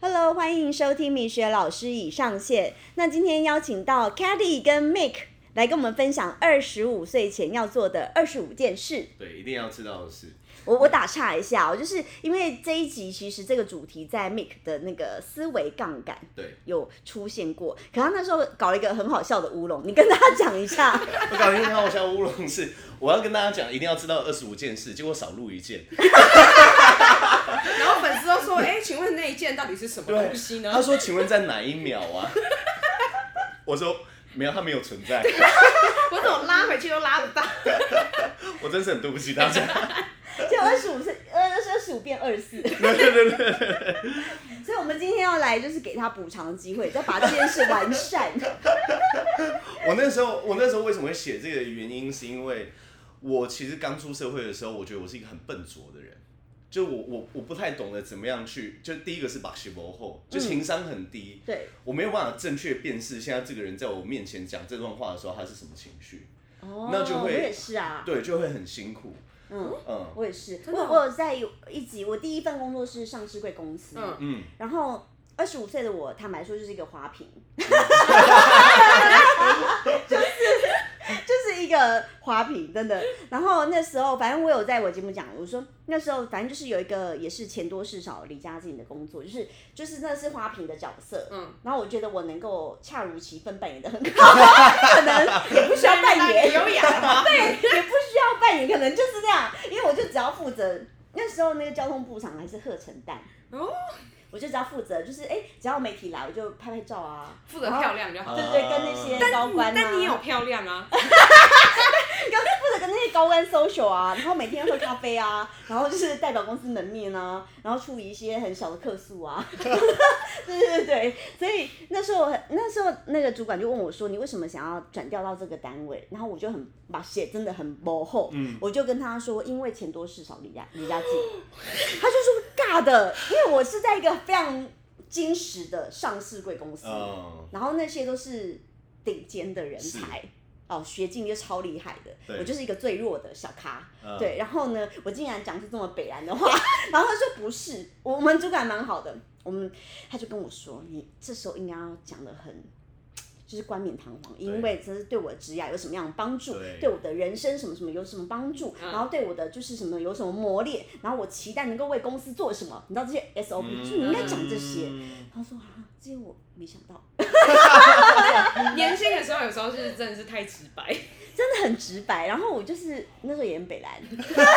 Hello，欢迎收听米雪老师已上线。那今天邀请到 Caddy 跟 Make 来跟我们分享二十五岁前要做的二十五件事。对，一定要知道的是，我我打岔一下哦，就是因为这一集其实这个主题在 Make 的那个思维杠杆对，有出现过，可他那时候搞了一个很好笑的乌龙，你跟大家讲一 下。我搞定他，我像乌龙是，我要跟大家讲，一定要知道二十五件事，结果少录一件。然后粉丝都说：“哎、请问那一件到底是什么东西呢他说：“请问在哪一秒啊？” 我说：“没有，他没有存在。？”我怎么拉回去都拉不到。”我真是很对不起大家。就二十五是二二二十五变二十四，对对对对，所以我们今天要来就是给他补偿机会，再把这件事完 善。我那时候，我那时候为什么会写这个原因，是因为我其实刚出社会的时候，我觉得我是一个很笨拙的人。就我我我不太懂得怎么样去，就第一个是把戏博后，就情商很低，对，我没有办法正确辨识现在这个人在我面前讲这段话的时候他是什么情绪，哦，那就我会也是啊，对，就会很辛苦。嗯，嗯我也是，真我的哦我有在有一集，我第一份工作是上市贵公司，嗯，嗯，然后二十五岁的我，坦白说就是一个花 瓶，就是就是一个花瓶，真的。然后那时候，反正我有在我节目讲，我说那时候反正就是有一个也是钱多事少离家近的工作，就是就是那是花瓶的角色，嗯，然后我觉得我能够恰如其分扮演的很好， 可能也不需要扮 演，优雅吗？对， 也不需要扮演，可能就是这样，因为我就只要负责。那时候那个交通部长还是贺成旦，哦，我就只要负责，就是哎、只要媒体来，我就拍拍照啊，负责漂亮就好。对不对？跟那些高官、啊但你也有漂亮啊，跟负责跟那些高官 social 啊，然后每天喝咖啡啊， 然后就是代表公司门面啊，然后处理一些很小的客诉啊， 对对对对，所以那时候我很那时候那个主管就问我说，你为什么想要转调到这个单位？然后我就很把写真的很薄厚，我就跟他说，因为钱多事少离家离家近， 他就说尬的，因为我是在一个非常矜持的上市贵公司，嗯，然后那些都是顶尖的人是才，哦，学经就超厉害的，对我就是一个最弱的小咖。嗯对，然后呢，我竟然讲出这么北然的话， 然后他说不是，我们主管蛮好的，我们他就跟我说，你这时候应该要讲的很。就是冠冕堂皇，因为这是对我的职业有什么样的帮助，对对我的人生什么什么有什么帮助，嗯然后对我的就是什么有什么磨练，然后我期待能够为公司做什么，你知道这些 SOP，、就你应该讲这些。嗯他说啊，这些我没想到，年轻的时候有时候是真的是太直白。真的很直白。然后我就是那时候也很北蓝，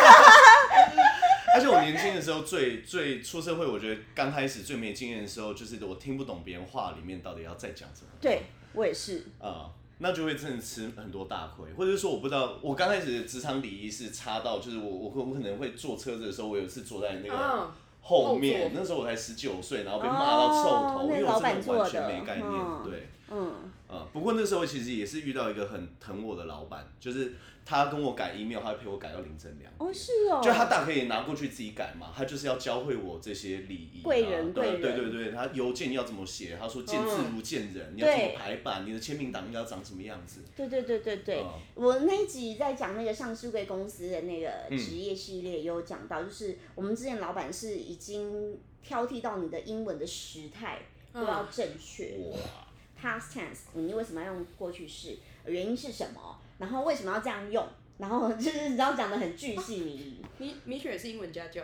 而且我年轻的时候最最出社会，我觉得刚开始最没经验的时候，就是我听不懂别人话里面到底要再讲什么。对我也是，啊、那就会真的吃很多大亏，或者是说我不知道，我刚开始的职场礼仪是差到，就是我我会我可能会坐车子的时候，我有一次坐在那个嗯，后面后座，那时候我才十九岁，然后被骂到臭头，哦因为那我老真板的完做的全没概念，嗯对。嗯，啊、不过那时候其实也是遇到一个很疼我的老板，就是他跟我改 email，他陪我改到凌晨两点。哦是哦，就他大可以拿过去自己改嘛，他就是要教会我这些礼仪、啊。贵人贵对人对对对，他邮件要怎么写，他说见字如见人，你要怎么排版，你的签名档应该要长什么样子。对对对对对，哦我那一集在讲那个上市贵公司的那个嗯职业系列，也有讲到，就是我们之前老板是已经挑剔到你的英文的时态都嗯要正确、哇， past tense，你为什么要用过去式？原因是什么？然后为什么要这样用？然后就是你知道讲的很巨细靡 遗。米米雪也是英文家教。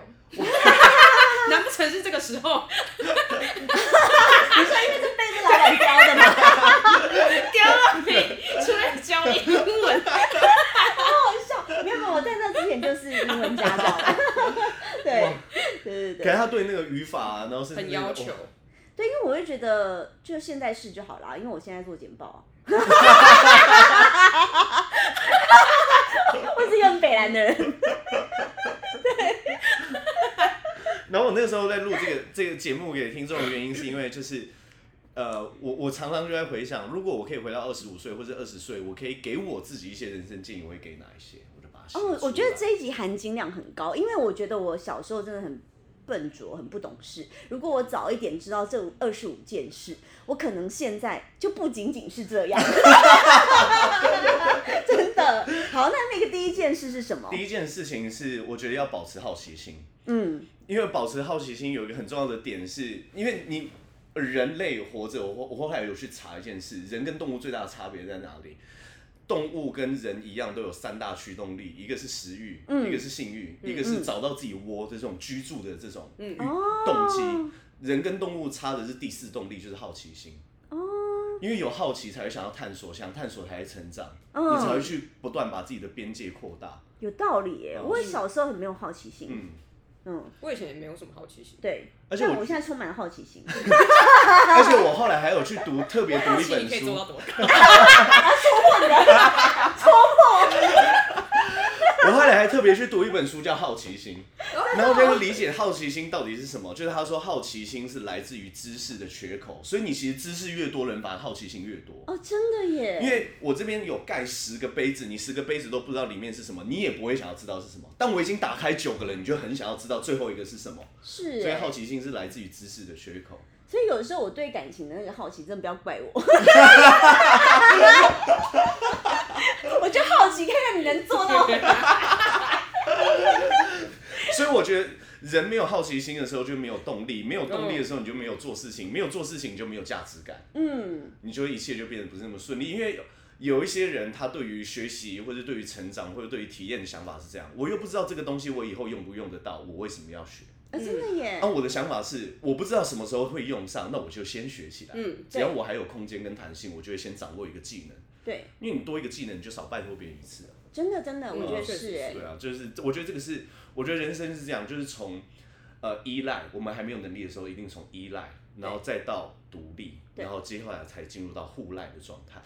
难不成是这个时候你说因为是被这老板教的吗？丢了你出来教你英文？好笑，没有没有，我在那之前就是英文家教，对对对可是对他对那个语法、啊，然后是、那个、很要求，哦对，因为我会觉得就现在是就好啦，因为我现在做简报啊，我是一个很北南的人，然后我那时候在录这个 这个节目给听众的原因，是因为就是，呃，我我常常就在回想，如果我可以回到二十五岁或者二十岁，我可以给我自己一些人生建议，我会给哪一些？我就把它写哦，出我觉得来这一集含金量很高，因为我觉得我小时候真的很。笨拙，很不懂事。如果我早一点知道这二十五件事，我可能现在就不仅仅是这样。 真的。好，那那个第一件事是什么？第一件事情是，我觉得要保持好奇心。嗯，因为保持好奇心有一个很重要的点是，因为你人类活着，我我后来有去查一件事，人跟动物最大的差别在哪里？动物跟人一样都有三大驱动力，一个是食欲，嗯一个是性欲，嗯一个是找到自己窝的这种居住的这种嗯欲哦动机。人跟动物差的是第四动力，就是好奇心。哦因为有好奇才会想要探索，想探索才会成长，嗯你才会去不断把自己的边界扩大。有道理耶。嗯我也小时候很没有好奇心，嗯，嗯，我以前也没有什么好奇心，对，而且我但我现在充满了好奇 心，而且我后来还有去读特别读 好一奇你本可以书做，到多高？ 我后来还特别去读一本书叫《好奇心》，然后就去理解好奇心到底是什么。就是他说，好奇心是来自于知识的缺口，所以你其实知识越多，人反而好奇心越多。哦，真的耶，因为我这边有盖十个杯子，你十个杯子都不知道里面是什么，你也不会想要知道是什么。但我已经打开九个了，你就很想要知道最后一个是什么。是所以耶好奇心是来自于知识的缺口。所以有的时候我对感情的那个好奇，真的不要怪我。 我就好奇看看你能做 到。所以我觉得人没有好奇心的时候就没有动力，没有动力的时候你就没有做事情，没有做事情就没有价值感。嗯，你就会一切就变得不是那么顺利，因为有有一些人他对于学习或者对于成长或者对于体验的想法是这样，我又不知道这个东西我以后用不用得到，我为什么要学？啊，真的耶那、。我的想法是，我不知道什么时候会用上，那我就先学起来。嗯，只要我还有空间跟弹性，我就会先掌握一个技能，对，因为你多一个技能，你就少拜托别人一次啊。真的真的，嗯我觉得确实是哎对。啊，就是我觉得这个是，我觉得人生是这样，就是从呃依赖，我们还没有能力的时候，一定从依赖，然后再到独立，对然后接下来才进入到互赖的状态。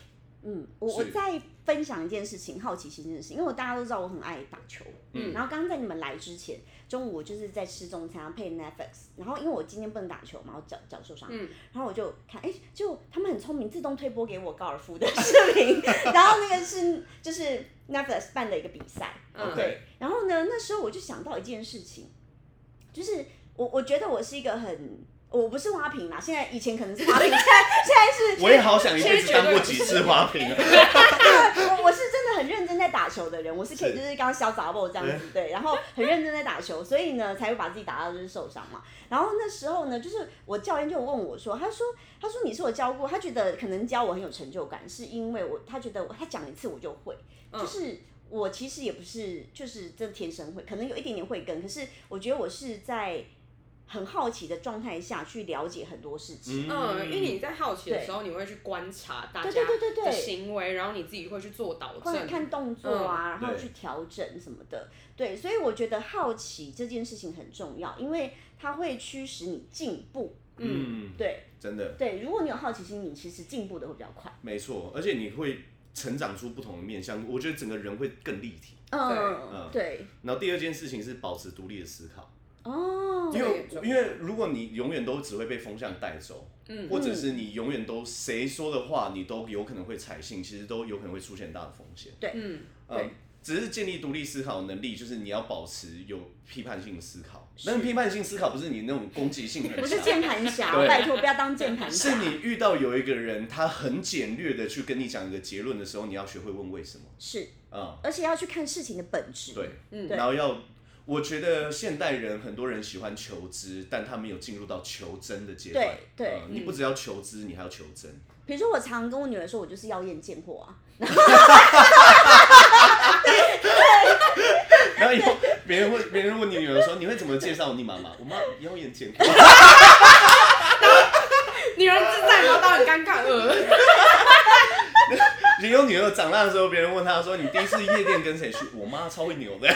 嗯，我我是再分享一件事情，好奇心这件事情，因为我大家都知道我很爱打球，嗯，然后刚刚在你们来之前，中午我就是在吃中餐，然后配 Netflix，然后因为我今天不能打球嘛，我脚脚受伤，嗯然后我就看，哎、就他们很聪明，自动推播给我高尔夫的视频，然后那个是就是 Netflix 办的一个比赛，嗯对，然后呢，那时候我就想到一件事情，就是我我觉得我是一个很。我不是花瓶啦，现在以前可能是花瓶， 现在现在是我也好想一辈子当过几次花瓶啊！ 我我是真的很认真在打球的人，我是可以是就是刚刚潇洒我这样子对，然后很认真在打球，所以呢才会把自己打到就是受伤嘛。然后那时候呢，就是我教练就问我说，他说他说你是我教过，他觉得可能教我很有成就感，是因为我他觉得我他讲一次我就会，就是。我其实也不是，就是真的天生会，可能有一点点慧根，可是我觉得我是在很好奇的状态下去了解很多事情。嗯，因为你在好奇的时候，你会去观察大家对对对对对的行为，然后你自己会去做导或者正。看动作啊，然后对去调整什么的，对，所以我觉得好奇这件事情很重要，因为它会驱使你进步。嗯，对真的对，如果你有好奇心，你其实进步的会比较快。没错，而且你会成长出不同的面向，我觉得整个人会更立体。嗯，对，然后第二件事情是保持独立的思考，哦，因对为没错因为如果你永远都只会被风向带走，嗯，或者是你永远都谁说的话你都有可能会采信，其实都有可能会出现大的风险。嗯，嗯，只是建立独立思考的能力，就是你要保持有批判性的思考，但是批判性思考不是你那种攻击性很强，不是键盘 侠，对拜托不要当键盘侠 是。你遇到有一个人，他很简略的去跟你讲一个结论的时候，你要学会问为什么。是，啊、而且要去看事情的本质。对，嗯然后要，我觉得现代人很多人喜欢求知，但他没有进入到求真的阶段。对对嗯呃你不只要求知，你还要求真。比如说我常跟我女儿说，我就是妖艳贱货啊，然后以后别人会，别人问你女儿说，你会怎么介绍你妈妈？我妈妖艳贱货。女人自在吗？当然尴尬呃，你有女儿长大的时候，别人问她说，你第一次夜店跟谁去？我妈超会扭的。对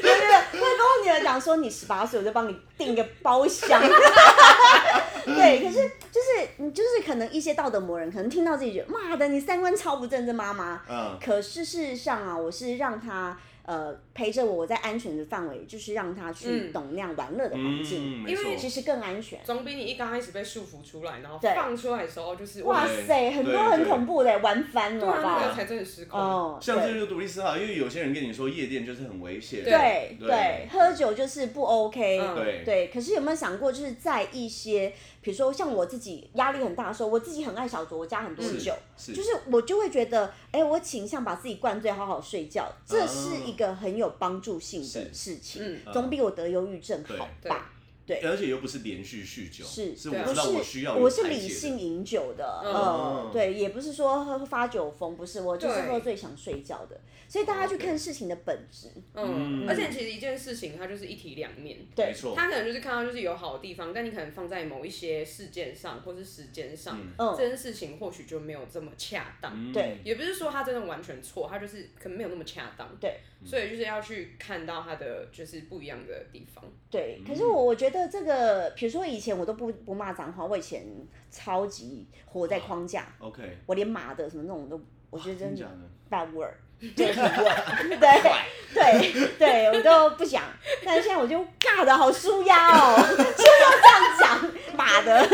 对对，会跟我女儿讲说，你十八岁，我就帮你订一个包厢。 对，可是就是你就是可能一些道德魔人可能听到自己觉得妈的你三观超不正，这妈妈。嗯，可是事实上啊，我是让她呃陪着我，我在安全的范围，就是让她去嗯懂那样玩乐的环境，嗯，没因为错。其实更安全。 总比你一刚开始被束缚出来，然后对放出来的时候就是哇哇，塞，很多很恐怖的，玩翻了对啊，那个吧？才真的失控。哦，像这对就是独立思考，因为有些人跟你说夜店就是很危险，对对对，喝酒就是不 OK，、嗯对可是有没有想过，就是在一些，比如说像我自己压力很大的时候，我自己很爱小酌，我加很多酒，是就是我就会觉得，哎、我倾向把自己灌醉，好好睡觉，这是一个很有帮助性的嗯是事情，嗯总比我得忧郁症对好吧？对而且又不是连续酗酒，是是我对啊知道我我需是要有我是排理解的哦性饮酒的，嗯呃，对，也不是说喝发酒疯，不是，我就是对喝醉想睡觉的，所以大家哦去看事情的本质，嗯，嗯而且其实一件事情它就是一体两面，对没错，他可能就是看到就是有好的地方，但你可能放在某一些事件上或是时间上，嗯这件事情或许就没有这么恰当。嗯对也不是说他真的完全错，他就是可能没有那么恰当。对，所以就是要去看到他的就是不一样的地方。对，可是嗯我我觉得这个，比如说以前我都不不骂脏话，我以前超级活在框架， ，OK，我连马的什么那种都，我觉得真真假的的？ bad word，就是不会 对对对，我都不讲。但是现在我就尬的好舒压 哦，就要这样讲马的，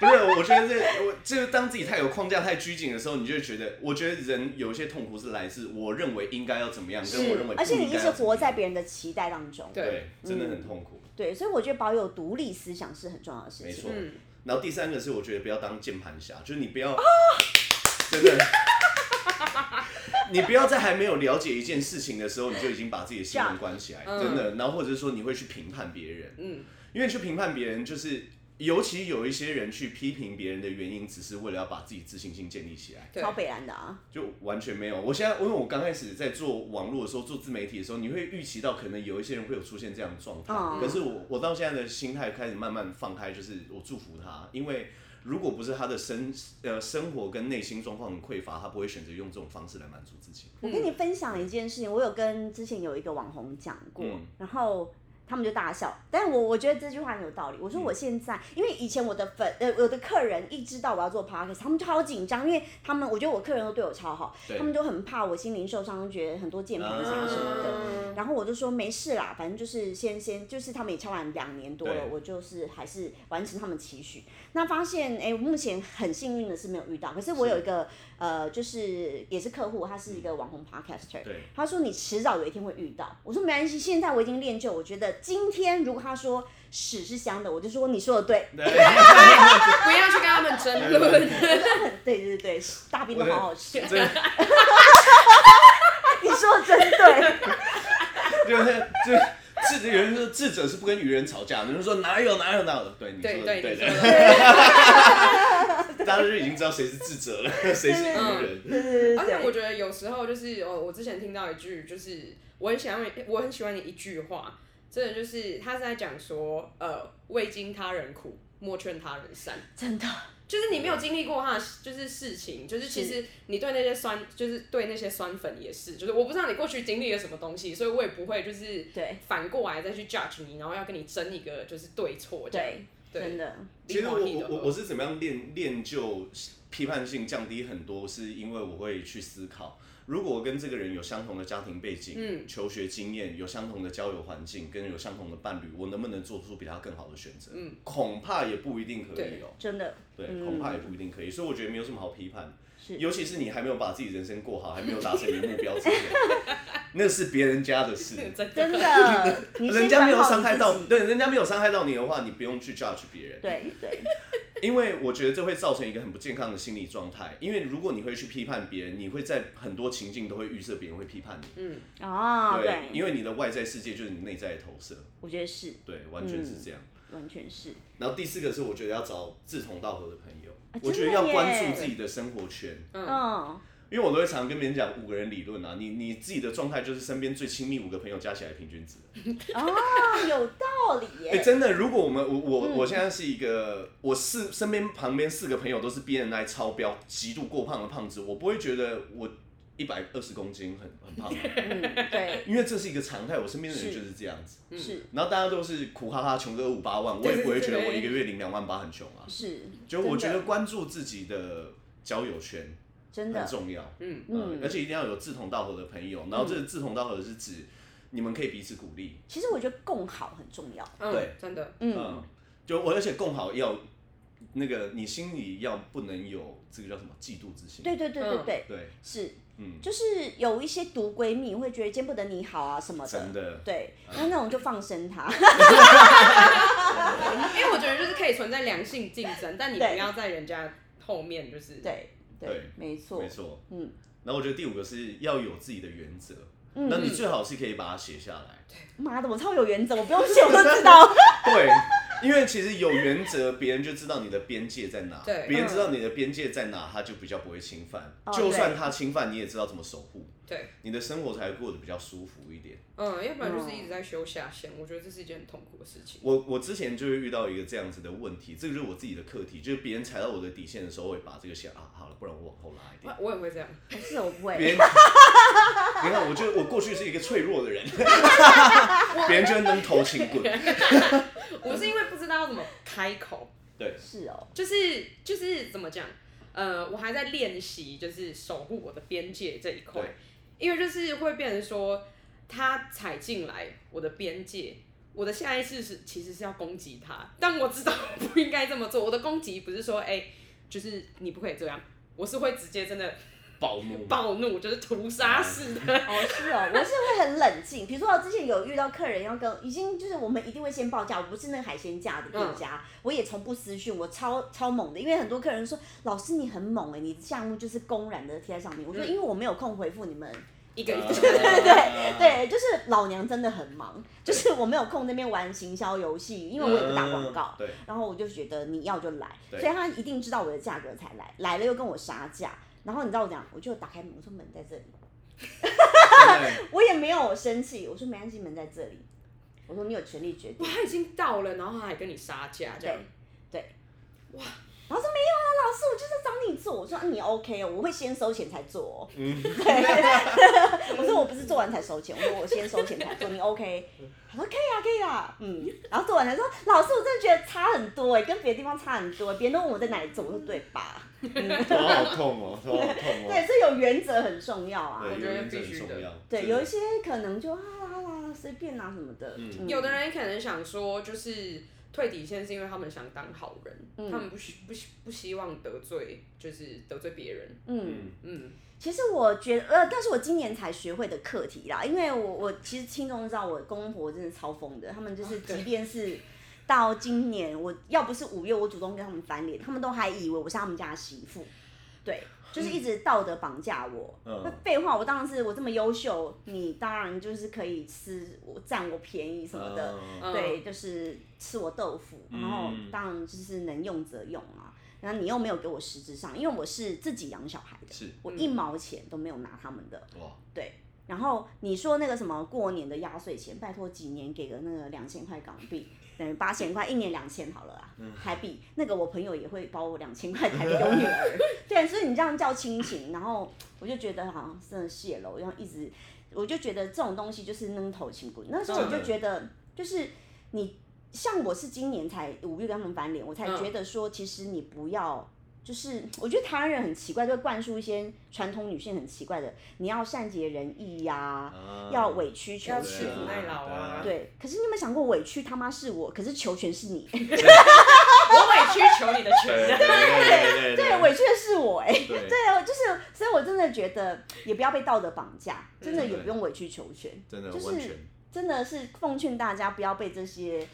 不是，我觉得这我这个当自己太有框架、太拘谨的时候，你就会觉得，我觉得人有一些痛苦是来自我认为应该要怎么样，跟我 认为而且不你应一该直要怎么活嗯样在别人的期待当中。对对，真的很痛苦。对，所以我觉得保有独立思想是很重要的事没情错。嗯，啊然后第三个是，我觉得不要当键盘侠，就是你不要，真的， 你不要在还没有了解一件事情的时候，你就已经把自己的心门关起来，嗯真的。然后或者是说你会去评判别人，嗯，因为去评判别人就是。尤其有一些人去批评别人的原因，只是为了要把自己自信心建立起来，对超北蓝的啊，就完全没有。我现在因为我刚开始在做网络的时候，做自媒体的时候，你会预期到可能有一些人会有出现这样的状态。嗯可是我我到现在的心态开始慢慢放开，就是我祝福他，因为如果不是他的生呃生活跟内心状况很匮乏，他不会选择用这种方式来满足自己。我跟你分享一件事情，我有跟之前有一个网红讲过，嗯然后他们就大笑。但我我觉得这句话很有道理。我嗯说我现在，因为以前我的粉呃我的客人一知道我要做 podcast，他们超紧张，因为他们我觉得我客人都对我超好，对他们都很怕我心灵受伤，觉得很多键盘侠什么的。啊嗯然后我就说没事啦，反正就是先先就是他们也敲完两年多了对，我就是还是完成他们期许。那发现哎，我目前很幸运的是没有遇到，可是我有一个呃，就是也是客户，他是一个网红 podcaster，对他说你迟早有一天会遇到。我说没关系，现在我已经练就，我觉得今天如果他说屎是香的，我就说你说的对， 对，不要去跟他们争论。对对对，大便都我的好好吃， 真的你说的真对。就是就智有人说智者是不跟愚人吵架的，有人说哪有哪有哪有， 对你说对的对对你说的，的。大家就已经知道谁是智者了，谁是愚人。对对对而且我对觉得有时候就是呃我我之前听到一句，就是我很喜欢我很喜欢你一句话，真的就是他是在讲说，呃，未经他人苦，莫劝他人善。真的就是你没有经历过他的就是事情，就是其实你对那些酸，就是对那些酸粉也是，就是我不知道你过去经历了什么东西，所以我也不会就是对反过来再去 judge 你，然后要跟你争一个就是对错这样。对，真的其实我灵我活力的我我是怎么样练练就批判性降低很多，是因为我会去思考，如果我跟这个人有相同的家庭背景、嗯求学经验、有相同的交友环境，跟有相同的伴侣，我能不能做出比他更好的选择？嗯恐怕也不一定可以对哦、真的对，嗯恐怕也不一定可以，所以我觉得没有什么好批判，是尤其是你还没有把自己人生过好，还没有达成你的目标 之前，那是别人家的事，真的， 你先人家没有管好伤害你到自，己对，人家没有伤害到你的话，你不用去 judge 别人，对对因为我觉得这会造成一个很不健康的心理状态，因为如果你会去批判别人，你会在很多情境都会预设别人会批判你，嗯，啊，对，因为你的外在世界就是你内在的投射，我觉得是，对，完全嗯是这样。完全是，然后第四个是我觉得要找志同道合的朋友，啊我觉真的得要耶关注自己的生活圈，嗯，因为我都会常跟别人讲五个人理论啊，你你自己的状态就是身边最亲密五个朋友加起来的平均值。哦，有道理哎、耶，真的，如果我们我我、嗯我现在是一个，我四身边旁边四个朋友都是 BMI 超标、极度过胖的胖子，我不会觉得我一百二十公斤很很胖啊， 嗯，对，因为这是一个常态，我身边的人是就是这样子。嗯是然后大家都是苦哈哈穷个五八万，我也不会觉得我一个月领两万八很穷啊。是，就我觉真得的关注自己的交友圈真很的，重要，嗯嗯，而且一定要有志同道合的朋友。然后这嗯个志同道合是指你们可以彼此鼓励，其实我觉得共好很重要，嗯对真的，嗯，嗯，就我而且更好要那个你心里要不能有这个叫什么嫉妒之心，对对对对对，对，是，嗯，就是有一些毒闺蜜会觉得见不得你好啊什么真的。的，嗯对，那那种就放生他， 因为我觉得就是可以存在良性竞争，但你不对要在人家后面就是对对没错没，错，嗯，嗯然后我觉得第五个是要有自己的原则，那你最好是可以把它写下来。妈的，我超有原则，我不用写我都知 道。对，因为其实有原则，别人就知道你的边界在哪。对别人知道你的边界在哪，他就比较不会侵犯。嗯哦就算他侵犯，你也知道怎么守护，对，你的生活才会过得比较舒服一点。嗯，要不然就是一直在修下限，我觉得这是一件很痛苦的事情。我我之前就会遇到一个这样子的问题，这个就是我自己的课题，就是别人踩到我的底线的时候，我会把这个想啊，好了，不然我往后拉一点。我我也会这样，不是，我不别会。人，你看，我就我过去是一个脆弱的人，别人就会扔头轻棍。我是因为不知道要怎么开口，对，是哦，就是就是怎么讲，呃，我还在练习，就是守护我的边界这一块对，因为就是会变成说，他踩进来我的边界，我的下意识是其实是要攻击他，但我知道 不应该这么做，我的攻击不是说哎、就是你不可以这样，我是会直接真的暴怒。暴怒，就是屠杀式的，哦是哦，我是会很冷静。比如说哦我之前有遇到客人要跟，已经就是我们一定会先报价，我不是那个海鲜价的嗯店家，我也从不私讯，我超超猛的，因为很多客人说老师你很猛哎、你的项目就是公然的贴在上面。我说嗯因为我没有空回复你们。嗯一个一个， 对对，就是老娘真的很忙，就是我没有空那边玩行销游戏，因为我也不打广告嗯。对，然后我就觉得你要就来，所对以他一定知道我的价格才来，来了又跟我杀价。然后你知道我讲，我就打开门，我说门在这里，对我也没有生气，我说没关系，门在这里，我说你有权利决定哇，。他已经到了，然后他还跟你杀价这样，然后说没有啊，老师，我就是找你做。我说、啊你 OK 哦，我会先收钱才做、哦。嗯对， 我说我不是做完才收钱，我说我先收钱才做，你 OK？他说可以啊，可以啦，嗯。然后做完才说，老师，我真的觉得差很多哎、跟别的地方差很多、欸别人都问我在哪里做，我说对吧？头好痛哦，头好痛对，哦。所以有原则很重要啊。对，我有觉得原则必很须的重要。对，真的有一些可能就啊啦啦随便啦、什么的，嗯嗯有的人可能想说，就是退底线是因为他们想当好人，嗯他们不希不希不希望得罪，就是得罪别人。嗯。嗯，嗯，其实我觉得，呃，但是我今年才学会的课题啦，因为我我其实听众知道我公公婆婆真的超疯的，他们就是哦对即便是到今年，我要不是五月我主动跟他们翻脸，他们都还以为我是他们家的媳妇，对，就是一直道德绑架我。嗯那废话，我当然是我这么优秀，你当然就是可以吃我占我便宜什么的，嗯嗯对，就是吃我豆腐，然后嗯当然就是能用则用嘛。然后你又没有给我实质上，因为我是自己养小孩的，是我一毛钱都没有拿他们的。哇，然后你说那个什么过年的压岁钱，拜托几年给个那个两千块港币，等于八千块，一年两千好了啦，台币。那个我朋友也会包我两千块台币给我女儿，对，所以你这样叫亲情，然后我就觉得好像真的泄露，然后一直我就觉得这种东西就是扔头轻滚。那时候我就觉得就是你像我是今年才五月跟他们翻脸，我才嗯觉得说其实你不要。就是我觉得台湾人很奇怪，就会灌输一些传统女性很奇怪的，你要善解人意呀、啊要委曲求要对啊吃全苦耐劳啊对对，可是你有没有想过，委屈他妈是我，可是求全是你。我委曲求你的对权。对对对，委屈的是我哎、对对哦，就是，所以我真的觉得也不要被道德绑架，真的也不用委曲求全，真的就是完全。真的是奉劝大家不要被这些。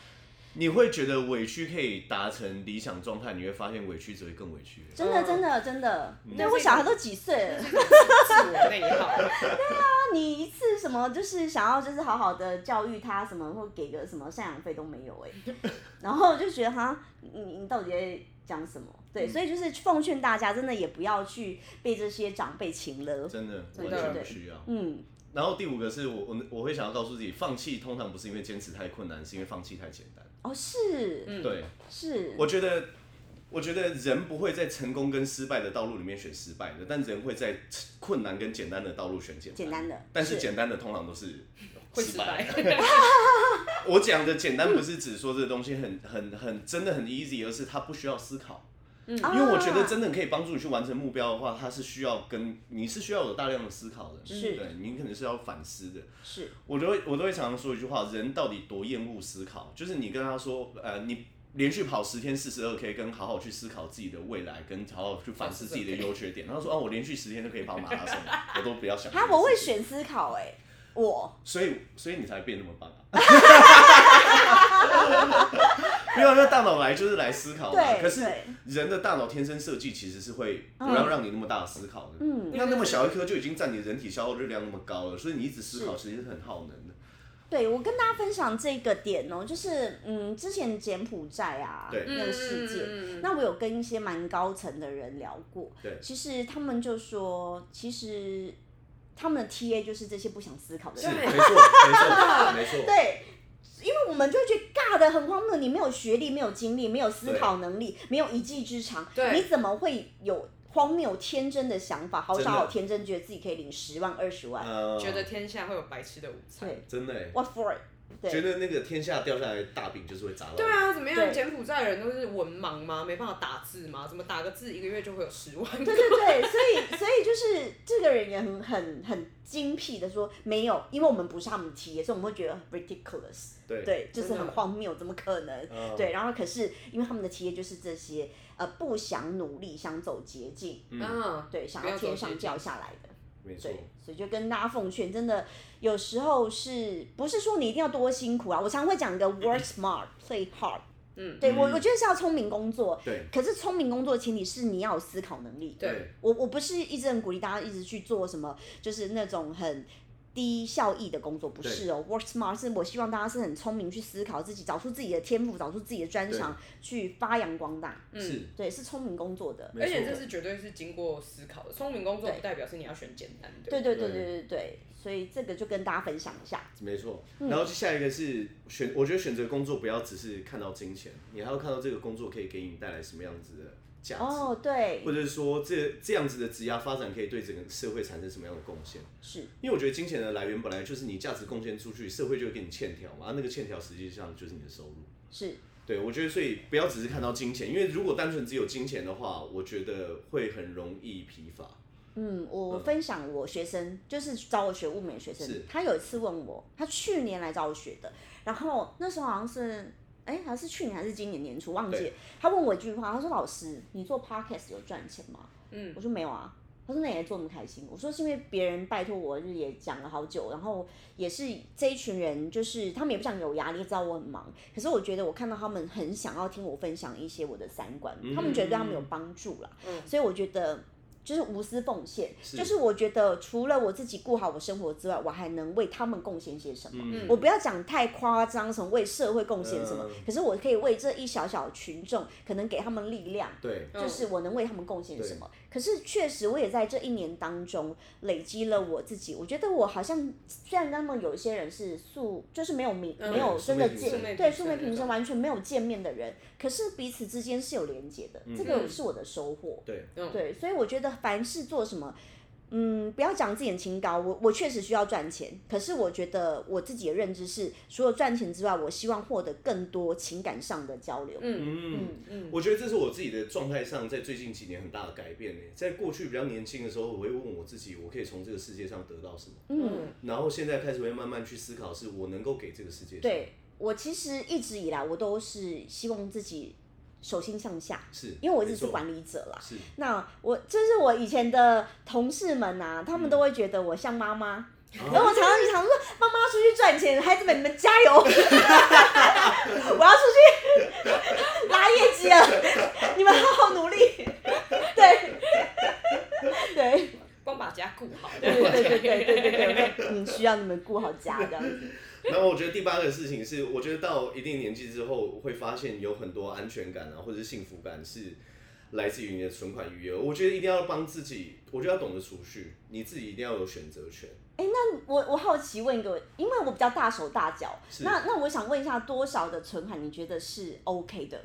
你会觉得委屈可以达成理想状态，你会发现委屈只会更委屈。真的，嗯真的，真的，对那我这小个孩都几岁了，自我内耗，那你一次什么就是想要就是好好的教育他什么，或给个什么赡养费都没有哎、 然后我就觉得哈，你你到底在讲什么？对，嗯所以就是奉劝大家，真的也不要去被这些长辈情了。真的真完的全不需要。嗯，然后第五个是我我我会想要告诉自己，放弃通常不是因为坚持太困难，是因为放弃太简单。哦，是，嗯对，是，我觉得，我觉得人不会在成功跟失败的道路里面选失败的，但人会在困难跟简单的道路选简单。简单的但是是简单的通常都是 会失败。的。我讲的简单不是指说这个东西很很很真的很 easy，而是它不需要思考。啊因为我觉得真的可以帮助你去完成目标的话，它是需要跟你是需要有大量的思考的，是对你可能是要反思的。啊是我都会我都会常常说一句话：人到底多厌恶思考？就是你跟他说，呃，你连续跑十天四十二 K，跟好好去思考自己的未来，跟好好去反思自己的优缺点。然后说，哦，我连续十天就可以跑马拉松，我都不要想。他我会，选思考哎、我所以所以你才变那么棒啊！ 没有，那大脑来就是来思考嘛。对哦可是对人的大脑天生设计其实是会不让让你那么大的思考的。嗯那那么小一颗就已经占你人体消耗热量那么高了，所以你一直思考其实是很耗能的。对，我跟大家分享这个点哦、就是嗯，之前柬埔寨啊对那个事件，嗯那我有跟一些蛮高层的人聊过，对其实他们就说，其实他们的 TA 就是这些不想思考的是人，没错，没错，的没错。对。因为我们就会觉得尬的很荒谬，你没有学历，没有经历，没有思考能力，没有一技之长，对你怎么会有荒谬天真的想法？好真的傻好天真，觉得自己可以领十万二十万，呃，觉得天下会有白痴的午餐。对真的欸， ，What for？it？觉对得那个天下掉下来的大饼就是会砸到。对啊，怎么对样？柬埔寨人都是文盲吗？没办法打字吗？怎么打个字一个月就会有十万对？个对对，所以所以就是这个人也很很很精辟的说没有，因为我们不是他们的 TA，所以我们会觉得 ridiculous。对对，就是真的很荒谬，怎么可能？嗯对，然后可是因为他们的企业就是这些，呃，不想努力，想走捷径，嗯，对，想没要有走天捷上径掉下来的，没错对，，所以就跟大家奉劝，真的有时候是不是说你一定要多辛苦啊？我常会讲一个 work smart, play hard，嗯对我嗯我觉得是要聪明工作，对可是聪明工作的前提是你要有思考能力，对，我我不是一直很鼓励大家一直去做什么，就是那种很低效益的工作，不是哦。Work smart 是我希望大家是很聪明去思考自己，找出自己的天赋，找出自己的专长，去发扬光大。是，对，是聪明工作的。没而且错这是绝对是经过思考的。聪明工作不代表是你要选简单的。对对对对对对对，所以这个就跟大家分享一下。没错。然后下一个是选，我觉得选择工作不要只是看到金钱，你还要看到这个工作可以给你带来什么样子的价值，哦，对或，者是说这这样子的职业发展可以对整个社会产生什么样的贡献。是因为我觉得金钱的来源本来就是你价值贡献出去，社会就会给你欠条嘛，啊那个欠条实际上就是你的收入。是，对，我觉得所以不要只是看到金钱，因为如果单纯只有金钱的话，我觉得会很容易疲乏。嗯，我嗯分享我学生，就是找我学物美的学生是，他有一次问我，他去年来找我学的，然后那时候好像是，哎、好像是去年还是今年年初，忘记了对。他问我一句话，他说：“老师，你做 podcast 有赚钱吗？”嗯我说：“没有啊。”他说：“那也做那么开心。”我说：“是因为别人拜托我，就是也讲了好久，然后也是这一群人，就是他们也不想有压力，知道我很忙。可是我觉得我看到他们很想要听我分享一些我的三观，嗯他们觉得对他们有帮助啦。嗯所以我觉得就是无私奉献，是就是我觉得除了我自己顾好我生活之外，我还能为他们贡献些什么。嗯我不要讲太夸张，什么为社会贡献什么，嗯可是我可以为这一小小群众，可能给他们力量。对，嗯就是我能为他们贡献什么。可是确实，我也在这一年当中累积了我自己。我觉得我好像虽然他们有一些人是素，就是没有名，嗯没有素真昧的平见生对素素昧昧平平生那种生，完全没有见面的人，可是彼此之间是有连接嗯的，这个是我的收获。对，嗯对，所以我觉得凡事做什么。嗯，不要讲自己很清高，我我确实需要赚钱，可是我觉得我自己的认知是，除了赚钱之外，我希望获得更多情感上的交流。嗯嗯。嗯我觉得这是我自己的状态上，在最近几年很大的改变呢。在过去比较年轻的时候，我会问我自己，我可以从这个世界上得到什么？嗯嗯，然后现在开始会慢慢去思考，是我能够给这个世界什么对我其实一直以来，我都是希望自己手心向下，是，因为我一没直是错管理者啦。是那我就是我以前的同事们啊，他们都会觉得我像妈妈，然后我常常常说妈妈出去赚钱，孩子们你们加油，我要出去拉业绩了，你们好好努力。对，对，光把家顾好。对对对对对对对，嗯，需要你们顾好家这样子。然后我觉得第八个事情是，我觉得到一定年纪之后，会发现有很多安全感啊，或者是幸福感是来自于你的存款余额。我觉得一定要帮自己，我觉得要懂得储蓄，你自己一定要有选择权。我我好奇问一个，因为我比较大手大脚，是那那我想问一下，多少的存款你觉得是 OK 的？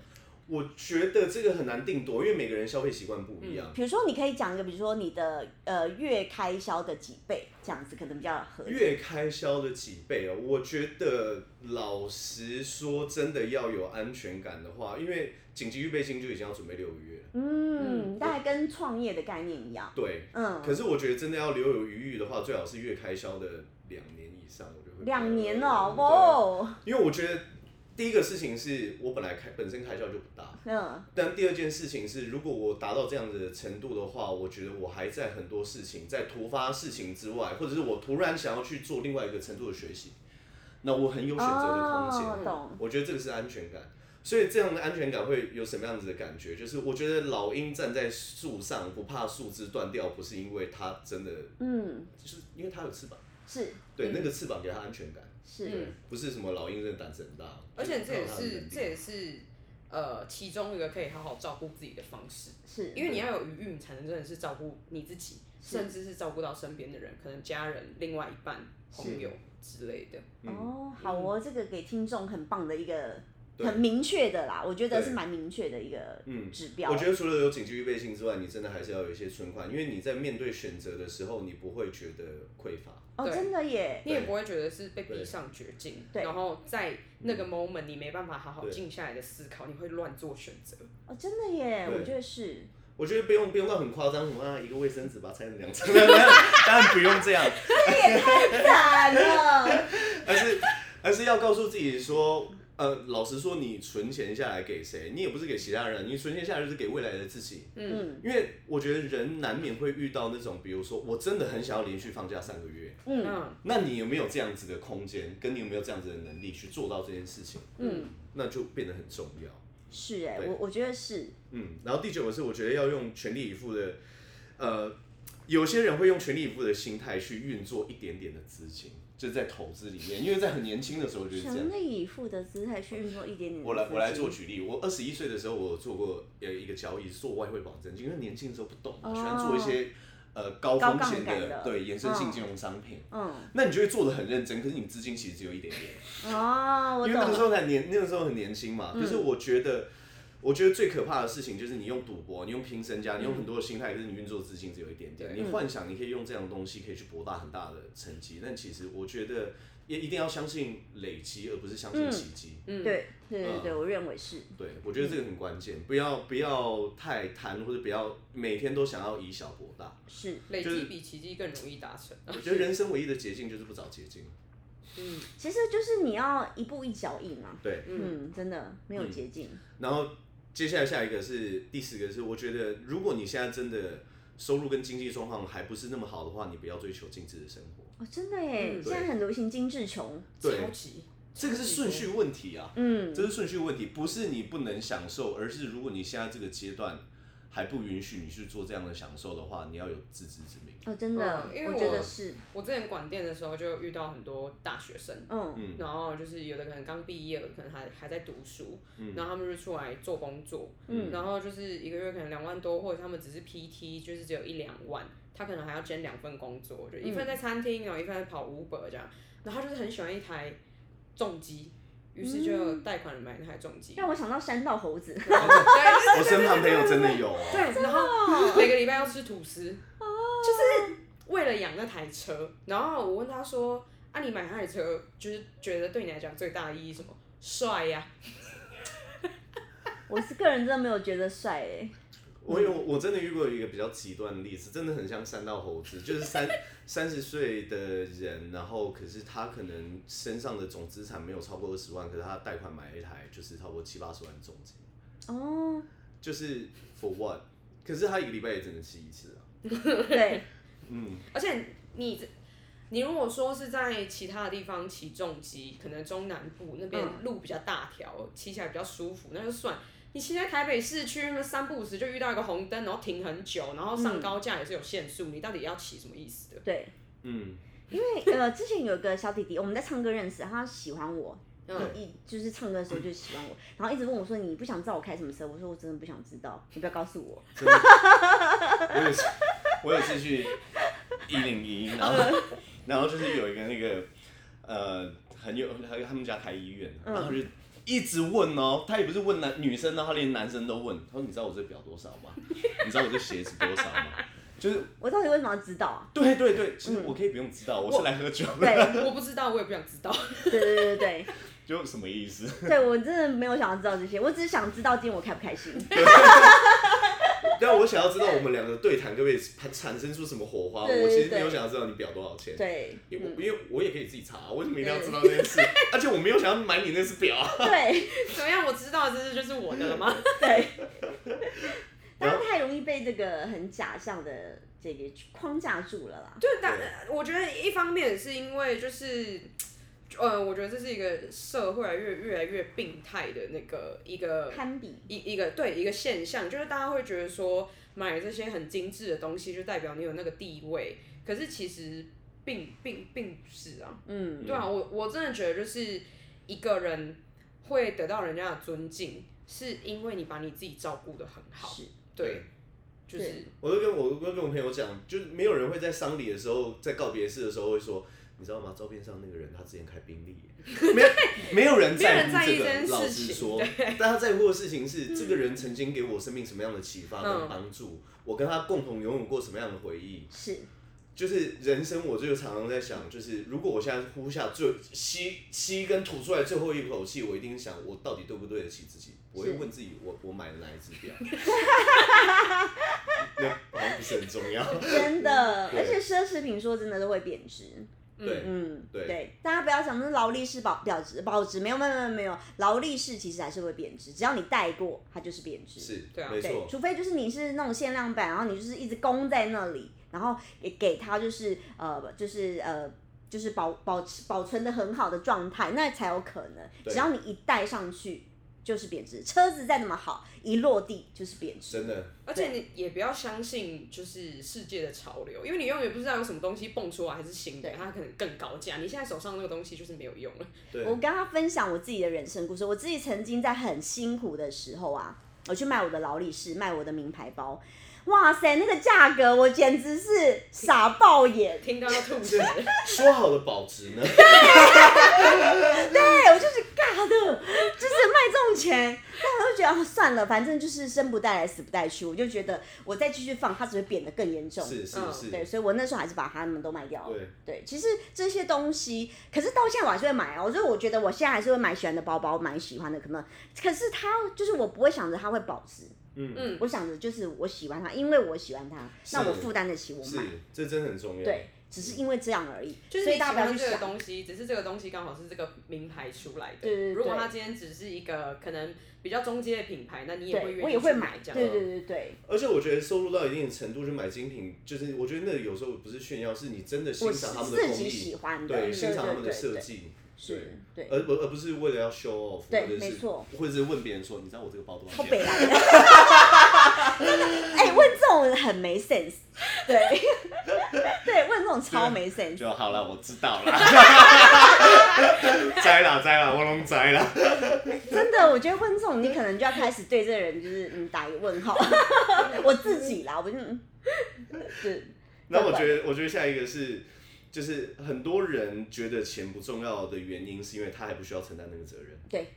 我觉得这个很难定夺，因为每个人消费习惯不一样。比如说，你可以讲一个，比如说你的呃月开销的几倍，这样子可能比较合理。月开销的几倍哦，我觉得老实说，真的要有安全感的话，因为紧急预备金就已经要准备六个月了。嗯，大概跟创业的概念一样。对，嗯，可是我觉得真的要留有余裕的话，最好是月开销的两年以上，我就会两年哦、对啊哇哦，因为我觉得第一个事情是我本来开本身开销就不大，嗯，但第二件事情是，如果我达到这样的程度的话，我觉得我还在很多事情，在突发事情之外，或者是我突然想要去做另外一个程度的学习，那我很有选择的空间。哦懂我觉得这个是安全感。所以这样的安全感会有什么样子的感觉？就是我觉得老鹰站在树上不怕树枝断掉，不是因为它真的，嗯，就是因为它有翅膀，是对，嗯那个翅膀给它安全感，是，对，不是什么老鹰真的胆子很大，而且这也就是靠它的能是力这也是呃其中一个可以好好照顾自己的方式，是，因为你要有余裕，你才能真的是照顾你自己，是甚至是照顾到身边的人，可能家人、另外一半、朋友之类的。哦，好哦，这个给听众很棒的一个嗯对很明确的啦，我觉得对是蛮明确的一个嗯指标。我觉得除了有紧急预备性之外，你真的还是要有一些存款，因为你在面对选择的时候，你不会觉得匮乏。哦，对真的耶，你也对不会觉得是被逼对嗯上绝境，对然后在那个 moment 你没办法好好对静下来的思考，你会乱做选择。哦，真的耶，对我觉得是，我觉得不用不用到很夸张，什么啊一个卫生纸把它拆成两张， 当然不用这样，惨 了，而是而是要告诉自己说，呃，老实说，你存钱下来给谁？你也不是给其他人，你存钱下来就是给未来的自己。嗯因为我觉得人难免会遇到那种，比如说我真的很想要连续放假三个月，嗯嗯那你有没有这样子的空间，跟你有没有这样子的能力去做到这件事情？嗯，那就变得很重要。是哎，对我我觉得是，嗯，然后第九个是我觉得要用全力以赴的，呃，有些人会用全力以赴的心态去运作一点点的资金，就是在投资里面，因为在很年轻的时候就是这样全。力以赴的姿态去运作一点点。我来我来做。举例，我二十一岁的时候，我有做过呃一个交易，是做外汇保证金，因为年轻的时候不懂嘛，哦喜欢做一些呃高高风杠险杆的的对衍生嗯性金融商品。嗯，那你就会做的很认真，可是你资金其实只有一点点。哦，我因为懂那个时了。候很年，那个时候很年轻嘛。嗯可是我觉得，我觉得最可怕的事情就是你用赌博，你用拼嗯身家，你用很多的心态，可是你运作资金只有一点点。对你幻想你可以用这样的东西可以去博大很大的成绩，但其实我觉得也一定要相信累积，而不是相信奇迹。嗯，对对对对，我认为是。对，我觉得这个很关键，不要不要太贪，或者不要每天都想要以小博大。是，累就积是比奇迹更容易达成。我觉得人生唯一的捷径就是不找捷径。嗯，其实就是你要一步一脚印嘛。对，嗯，真的没有捷径。然后接下来下一个是第四个是，我觉得如果你现在真的收入跟经济状况还不是那么好的话，你不要追求精致的生活，哦，真的耶，嗯现在很流行精致穷。对超级，这个是顺序问题啊，嗯，这是顺序问题，不是你不能享受，而是如果你现在这个阶段还不允许你去做这样的享受的话，你要有自知之明。哦，真的，嗯因为觉我得是，我之前管店的时候就遇到很多大学生，嗯嗯然后就是有的可能刚毕业，有的可能还还在读书，然后他们就出来做工作，嗯然后就是一个月可能两万多，或者他们只是 PT，就是只有一两万，他可能还要兼两份工作，就一份在餐厅，然后一份在跑 Uber 这样，然后他就是很喜欢一台重机，于是就贷款买那台重机，让我想到山道猴子。然后对我身旁朋友真的有、哦， 对，然后每个礼拜要吃吐司，就是为了养那台车。然后我问他说：“啊，你买那台车，就是觉得对你来讲最大的意义是什么？帅呀、我是个人真的没有觉得帅 哎，我有我真的遇过一个比较极端的例子，真的很像三道猴子，就是三三十岁的人，然后可是他可能身上的总资产没有超过二十万，可是他贷款买一台就是超过七八十万重金，哦，就是 for what？可是他一个礼拜也只能吃一次啊。对，嗯，而且你这，你如果说是在其他的地方骑重机，可能中南部那边嗯路比较大条，骑起来比较舒服，那就算。你骑在台北市区，那三不五时就遇到一个红灯，然后停很久，然后上高架也是有限速，你到底要骑什么意思的？ 对，嗯，因为呃，之前有个小弟弟，我们在唱歌认识，他喜欢我，嗯一一就是唱歌的时候就喜欢我，然后一直问我说你不想知道我开什么车？我说我真的不想知道，你不要告诉我。真的，我有一次我有一次去一零一，然后嗯 然后就是有一个那个呃很有他们家开医院，嗯然后就一直问哦，他也不是问男女生哦，他连男生都问，他说你知道我这表多少吗？你知道我这鞋子多少吗？就是我到底为什么要知道啊？对对对，其实我可以不用知道，我是来喝酒对的，我不知道，我也不想知道。 对对对对就什么意思？对，对我真的没有想要知道这些，我只是想知道今天我开不开心。但啊我想要知道我们两个对谈，可不可以产生出什么火花？对对我其实没有对想要知道你表多少钱。对，因为嗯我因为我也可以自己查，为什么一定要知道这件事？ 而且我没有想要买你那只表啊。对怎么样？我知道这是就是我的了吗？对，大然家后太容易被这个很假象的这个框架住了啦。对，但我觉得一方面是因为就是。呃，我觉得这是一个社会越越来越病态的那个一个攀比，一一个对一个现象，就是大家会觉得说买这些很精致的东西就代表你有那个地位，可是其实并并并不是啊。嗯，对啊，我我真的觉得就是一个人会得到人家的尊敬，是因为你把你自己照顾的很好。是，对，就是我都跟我我都跟我朋友讲，就是没有人会在丧礼的时候，在告别式的时候会说，你知道吗？照片上那个人他之前开宾利耶，没 有没有人在乎没这有人在意这个，件事情老实说，但他在乎的事情是这个人曾经给我生命什么样的启发跟帮助，我跟他共同拥有过什么样的回忆。是，就是人生，我就常常在想，就是如果我现在呼下最吸吸跟吐出来最后一口气，我一定想我到底对不对得起自己？我会问自己，我我买了哪一支 表？啊那好像不是很重要。真的，对而且奢侈品说真的都会贬值。对，嗯，对大家不要想那劳力士保保值保值，没有没有没有没有，劳力士其实还是会贬值，只要你戴过，它就是贬值。是，对啊没对错，，除非就是你是那种限量版，然后你就是一直供在那里，然后也给它就是呃就是呃就是保保持保存的很好的状态，那才有可能。对只要你一戴上去就是贬值，车子再怎么好，一落地就是贬值。真的，而且你也不要相信就是世界的潮流，因为你永远不知道有什么东西蹦出来还是新的，对它可能更高价。你现在手上那个东西就是没有用了。对我跟他分享我自己的人生故事。我自己曾经在很辛苦的时候啊，我去卖我的劳力士，卖我的名牌包，哇塞，那个价格我简直是傻爆眼。听到要吐血，说好的保值呢？对，我就是尬的，就是卖这种钱。但我就觉得、啊、算了，反正就是生不带来，死不带去。我就觉得我再继续放，它只会变得更严重。是是嗯是， 对，所以我那时候还是把它们都卖掉了。对对，其实这些东西，可是到现在我还是会买啊。我说我觉得我现在还是会买喜欢的包包，买喜欢的可能，可是它就是我不会想着它会保值，嗯，嗯，我想着就是我喜欢它，因为我喜欢它，那是我负担得起，我是买。，这真的很重要。对，只是因为这样而已。就是所以你喜大家不要欢去这个想。东西，只是这个东西刚好是这个名牌出来的。对对对如果它今天只是一个可能比较中阶的品牌，那你也会对，愿意我也会去买。这对样。对对对，而且我觉得收入到一定的程度去买精品，就是我觉得那有时候不是炫耀，是你真的欣我是赏他们的自工己喜艺，欢的，对，对欣对赏他们的对设对计，是，对，而不而不是为了要 show off，对或者没是错或者是问别人说，你知道我这个包多好少北钱？来的。 哎、问这种很没 sense，对， 对，问这种超没 sense。就好了，我知道了， 摘啦摘啦，我拢摘啦。真的，我觉得问这种，你可能就要开始对这个人就是嗯打一个问号。我自己啦，我不是，嗯是那我觉得，我觉得下一个是，就是很多人觉得钱不重要的原因，是因为他还不需要承担那个责任。对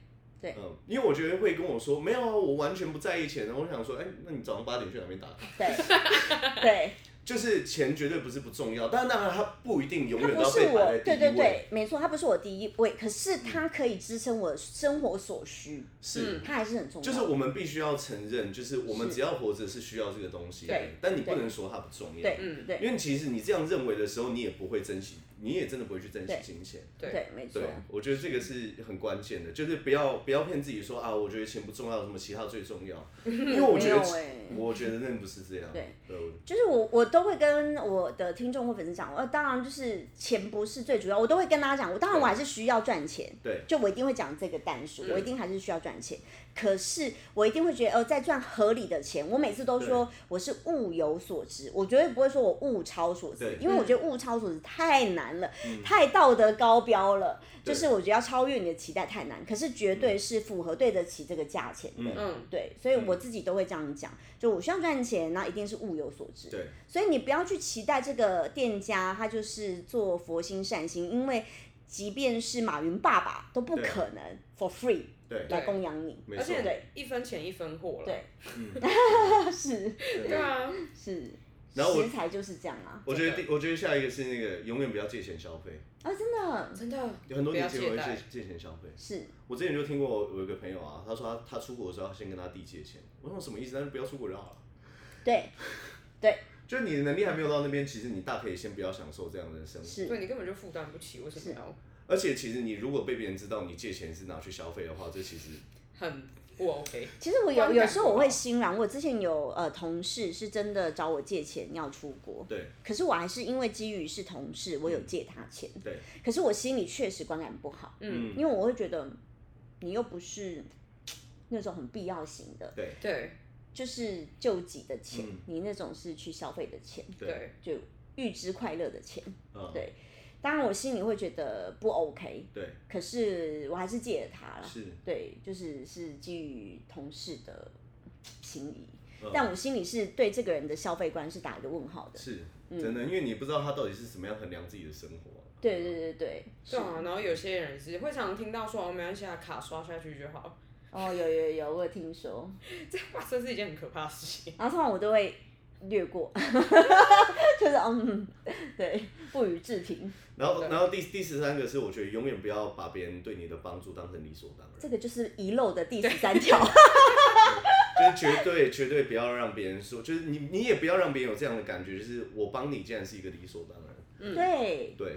对嗯，因为我觉得会跟我说，没有啊，我完全不在意钱。我想说，哎、那你早上八点去哪边打卡？对对，就是钱绝对不是不重要，但当然它不一定永他远都不要是被我摆在，第对一位。对嗯对，没错，他不是我第一位，可是他可以支撑我生活所需，嗯是。他还是很重要。就是我们必须要承认，就是我们只要活着是需要这个东西的对，但你不能说它不重要。对，嗯对因为其实你这样认为的时候，你也不会珍惜，你也真的不会去珍惜对金钱。对对，没错对，，我觉得这个是很关键的，就是不要不要骗自己说啊，我觉得钱不重要，什么其他最重 要，因为我觉得没有欸我觉得那不是这样。对对，我就是我我都会跟我的听众或粉丝讲，呃，当然就是钱不是最主要，我都会跟大家讲，我当然我还是需要赚钱，对，就我一定会讲这个单数，我一定还是需要赚钱，可是我一定会觉得，呃，在赚合理的钱，我每次都说我是物有所值，我绝对不会说我物超所值对，嗯因为我觉得物超所值太难了，太道德高标了，就是我觉得要超越你的期待太难，可是绝嗯对是符合对得起这个价钱的，嗯对，所以我自己都会这样讲，就我需要赚钱，那一定是物有所值。嗯对，所以你不要去期待这个店家他就是做佛心善心，因为即便是马云爸爸都不可能 for free 对来供养 你。没而错，且一分钱一分货了。对，是对啊，是，然后我食材就是这样啊。我觉得真第我觉得下一个是那个永远不要借钱消费，啊，真的真的有很多不要年轻借人会贷借。借钱消费。是我之前就听过我有一个朋友啊，他说他他出国的时候要先跟他弟借钱，我说什么意思？但是不要出国就好了。对对 就是你的能力还没有到那边，其实你大可以先不要享受这样的生活。是对你根本就负担不起，为什么要？而且其实你如果被别人知道你借钱是拿去消费的话，这其实很不 OK。其实我有观有感时候啊不我会好心软，我之前有呃同事是真的找我借钱要出国，对可是我还是因为基于是同事，我有借他钱，对，可是我心里确实观感不好，嗯，因为我会觉得你又不是那种很必要型的，对对就是救济的钱，嗯你那种是去消费的钱，对，就预支快乐的钱。嗯对当然我心里会觉得不 OK，对可是我还是借了他了。是，对，就是是基于同事的心意，嗯但我心里是对这个人的消费观是打一个问号的。是真的，因为你不知道他到底是怎么样衡量自己的生活啊、嗯对对对对，对啊。然后有些人是会常常听到说，哦，没关系啊，卡刷下去就好。哦，有有有，我有听说，这哇， 这是一件很可怕的事 情。然后通常我都会略过， 就是嗯，对，不予置评，然后，然后第第十三个是，我觉得永远不要把别人对你的帮助当成理所当然，这个就是遗漏的第十三条。就是绝对绝对不要让别人说，就是你你也不要让别人有这样的感觉，就是我帮你竟然是一个理所当然。对，对，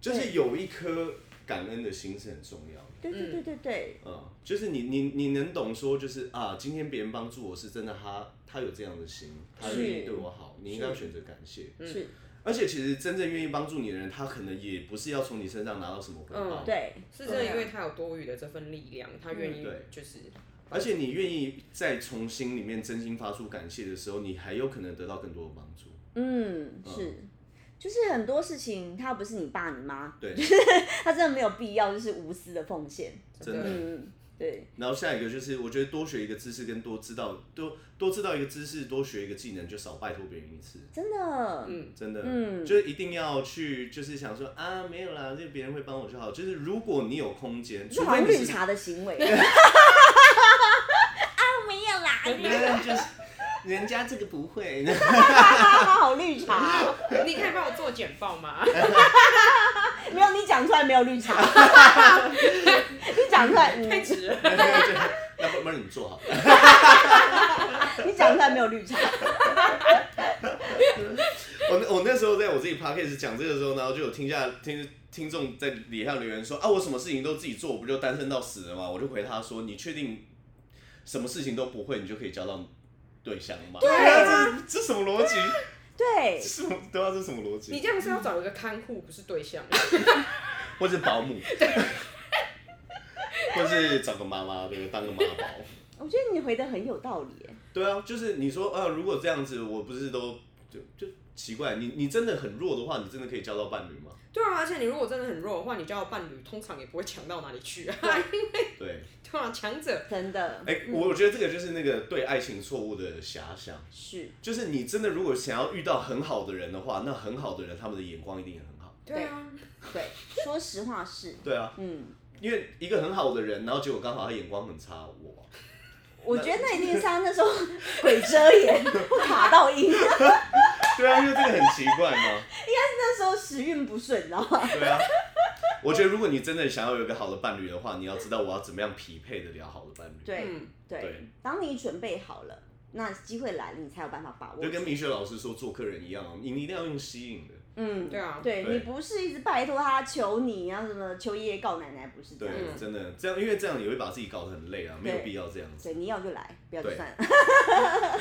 就是有一颗感恩的心是很重要的。 对对对对对，嗯，就是你你你能懂说，就是啊，今天别人帮助我是真的他，他有这样的心，他是愿意对我好，你应该要选择感谢。是，而且其实真正愿意帮助你的人，他可能也不是要从你身上拿到什么回报，嗯对，是真的，因为他有多余的这份力量，他愿意嗯对就是 而且你愿意再从心里面真心发出感谢的时候，你还有可能得到更多的帮助。嗯，是，就是很多事情他不是你爸你妈， 对，他真的没有必要就是无私的奉献。真的。嗯，对，然后下一个就是，我觉得多学一个知识跟多知道多多知道一个知识，多学一个技能，就少拜托别人一次。真的，真的，嗯就是一定要去，就是想说啊，没有啦，这个别人会帮我就好。就是如果你有空间，这除好非像绿你是， 茶的行为。 啊，没有啦， 就是人家这个不会， 好绿茶哦，你可以帮我做简报 吗？没有你讲出来没有绿茶，你讲出来，嗯太直了。那不不然你做好。你讲出来没有绿 茶，我那我那时候在我自己 podcast 讲这个时候，然后就有听下听听众在底下留言说啊，我什么事情都自己做，我不就单身到死了吗？我就回他说，你确定什么事情都不会，你就可以交到对象吗？对啊，这这什么逻辑？对这，什么对啊，这什么逻你辑？这样是要找一个看护，不是对象。或是保姆， 或是找个妈妈，对，当个妈宝。我觉得你回的很有道理耶。对啊，就是你说啊，如果这样子，我不是都就就奇怪，你你真的很弱的话，你真的可以交到伴侣吗？ 对啊，而且你如果真的很弱的话，你交的伴侣通常也不会强到哪里去啊。对， 对啊，强者真的哎、我觉得这个就是那个对爱情错误的遐想，是，就是你真的如果想要遇到很好的人的话，那很好的人他们的眼光一定也很好。对啊，对，说实话是，对啊，嗯，因为一个很好的人，然后结果刚好他眼光很差，我我觉得那一定是他那时候鬼遮 眼，卡到音，对啊，因为这个很奇怪嘛。那时候时运不顺，你知道吗？对啊，我觉得如果你真的想要有一个好的伴侣的话，你要知道我要怎么样匹配的了好的伴侣。对嗯，对对，当你准备好了，那机会来了，你才有办法把握就跟住。米雪老师说做客人一样，啊你一定要用吸引的。嗯，对啊对对你不是一直拜托他求你啊什么求爷爷告奶奶，不是这对样。，真的这样，因为这样你会把自己搞得很累啊，没有对必要这样子。对，你要就来，不要就对算了。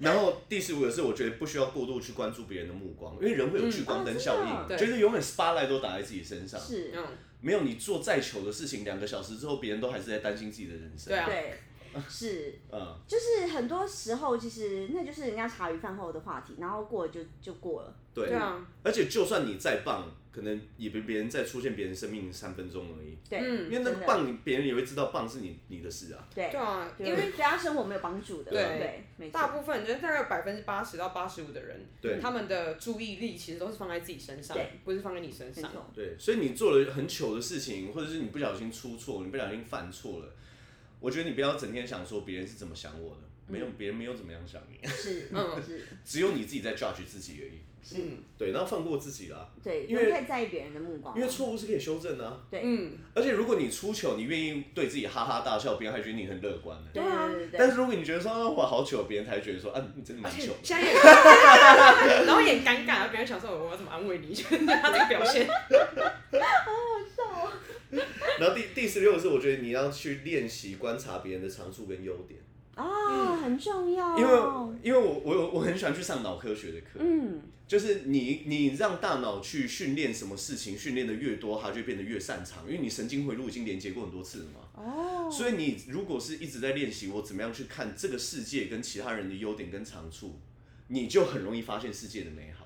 然后第十五个是，我觉得不需要过度去关注别人的目光，因为人会有聚光灯效嗯啊应，哦真的就是永远 spotlight 都打在自己身上。是，嗯，没有你做再糗的事情，两个小时之后，别人都还是在担心自己的人生。对啊对， 是，嗯，就是很多时候其实那就是人家茶余饭后的话题，然后过了就就过了。对。对啊，而且就算你再棒，可能也比别人再出现别人生命三分钟而已。对，嗯因为那真个的棒，你别人也会知道棒是你你的事啊。对对啊，对因为对他生活没有帮助的，对对，没大错，部分人大概百分之八十到八十五的人，对他们的注意力其实都是放在自己身上对，不是放在你身没上。错，对，所以你做了很糗的事情，或者是你不小心出错，你不小心犯错了，我觉得你不要整天想说别人是怎么想我的，没有，别人没有怎么样想你， 是，嗯是，只有你自己在 judge 自己而已。是，嗯对，然后放过自己啦，对，因不为用太在意别人的目光，啊因为错误是可以修正的、啊。对嗯，而且如果你出糗，你愿意对自己哈哈大笑，别人还觉得你很乐观呢。对对啊对对但对，是如果你觉得说啊我好糗，别人才觉得说啊你真的而蛮且糗 的。现在也，然后也很 尴尬，然后别 人想说我要怎么安慰你，就是他这个表现。然后第第十六个是，我觉得你要去练习观察别人的长处跟优点，啊，很重要。因为因为我我我很喜欢去上脑科学的课，嗯，就是你你让大脑去训练什么事情，训练的越多，它就变得越擅长，因为你神经回路已经连接过很多次了嘛。哦，所以你如果是一直在练习我怎么样去看这个世界跟其他人的优点跟长处，你就很容易发现世界的美好。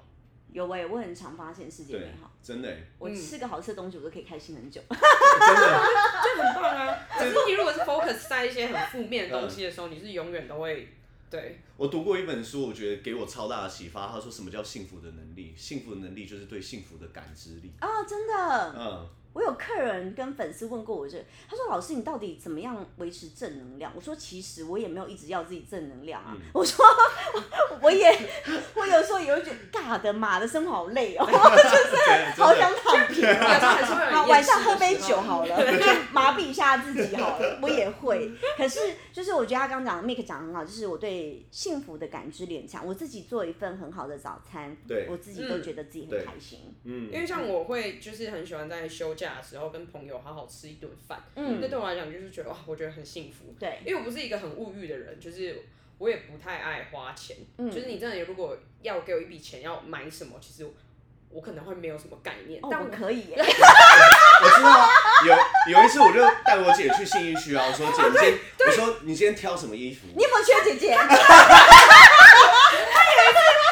有哎、我很常发现世界对美好。，真的欸， 我嗯吃个好吃的东西，我都可以开心很久。真的，这很棒啊！ 可是你如果是 focus 在一些很负面的东西的时候，你是永远都会 对我读过一本书，我觉得给我超大的启发。他说什么叫幸福的能力？幸福的能力就是对幸福的感知力。啊、真的，嗯，我有客人跟粉丝问过我这，他说：“老师，你到底怎么样维持正能量？”我说：“其实我也没有一直要自己正能量啊。嗯我说：“ 我也，我有时候也会觉得，尬的妈的，生活好累哦，对，好哎真想的。躺平有时候还是会有啊，人晚厌世的上喝杯时候酒好了，麻痹一下自己好了。我也会，可是就是我觉得他刚讲 Mike 讲得很好，就是我对幸福的感知联强。我自己做一份很好的早餐，对我自己都觉得自己很开心。嗯因为像我会就是很喜欢在休假的时候跟朋友好好吃一顿饭，嗯那对我来讲就是觉得哇，我觉得很幸福，对，因为我不是一个很物欲的人，就是我也不太爱花钱，嗯就是你真的如果要给我一笔钱要买什么，其实我我可能会没有什么概念，哦，但我我可以耶， 我知道啊。有有一次，我就带我姐去信义区啊，我说姐，你今天，我说你今天挑什么衣服？哦你有没有缺姐姐？他有一次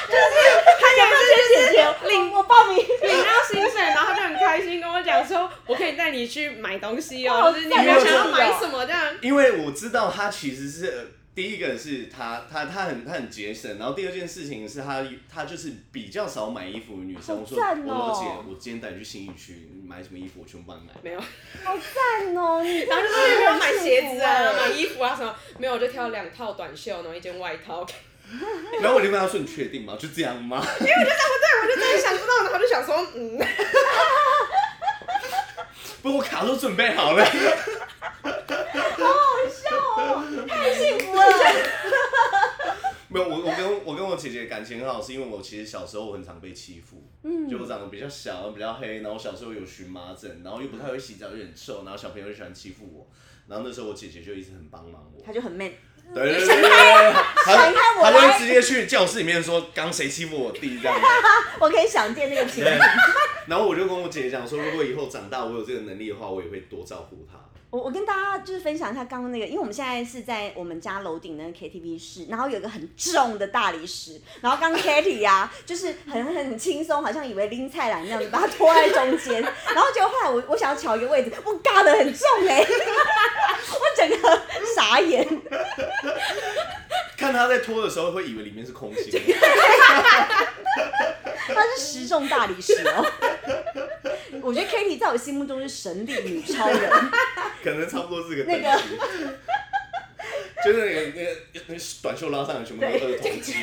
就是他有没有缺姐姐？领我报名，领到薪水，然后他就很开心跟我讲说，我可以带你去买东西哦、哦就是你有没有赞想哦要买什么这样。因为我知道他其实是呃第一个是他他他很他很节省，然后第二件事情是他他就是比较少买衣服的女生。好我说赞哦我说姐，我今天带你去信义区你买什么衣服，我全部帮你买。没有，好赞哦！ 你然后就是有没有买鞋子 啊、买哎衣服啊什么，没有我就挑两套短袖，然后一件外套。然后我就问他说：“你确定吗？就这样吗？”我就真的想不到，然后就想说，嗯，不过我卡都准备好了。好笑哦，太幸福了。没有，我我跟我跟我姐姐感情很好，是因为我其实小时候我很常被欺负，嗯就我长得比较小，比较黑，然后我小时候有荨麻疹，然后又不太会洗澡，又很臭，然后小朋友就喜欢欺负我，然后那时候我姐姐就一直很帮忙我他，就很 man，对对对对对对，她闪开我她就来会直接去教室里面说刚谁欺负我弟这样子，我可以想见那个情对景。，然后我就跟我姐姐讲说，如果以后长大我有这个能力的话，我也会多照顾她。我我跟大家就是分享一下刚刚那个，因为我们现在是在我们家楼顶那个 KTV 室，然后有一个很重的大理石，然后刚 Kitty 呀、 就是很很很轻松，好像以为拎菜篮那样子把它拖在中间， 然后结果后来我我想要瞧一个位置，我尬的很重哎、 我整个傻眼，看她在拖的时候，会以为里面是空心的。她是十重大理石哦。 我觉得 Kitty 在我心目中是神力女超人，可能差不多是个等级。就是那个那个那个短袖拉上来全部都是二头肌，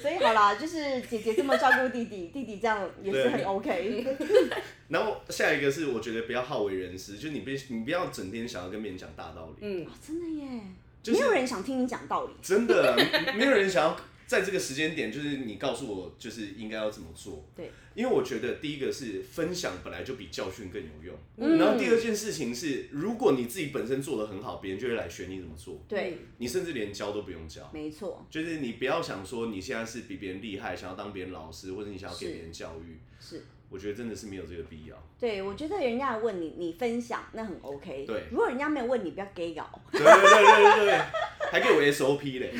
所以好啦，就是姐姐这么照顾弟弟，弟弟这样也是很对 OK。 然后下一个是我觉得不要好为人师，就是你别你不要整天想要跟别人讲大道理，嗯哦，真的耶，就是没有人想听你讲道理。真的 没有人想要在这个时间点，就是你告诉我就是应该要怎么做。对，因为我觉得第一个是分享本来就比教训更有用，嗯然后第二件事情是，如果你自己本身做的很好，别人就会来学你怎么做，对，你甚至连教都不用教。没错，就是你不要想说你现在是比别人厉害，想要当别人老师，或者你想要给别人教育，是我觉得真的是没有这个必要。 对。我觉得人家问你，你分享那很 OK。对如果人家没有问你，不要 gay 搞。对对对对对，还给我 SOP 嘞。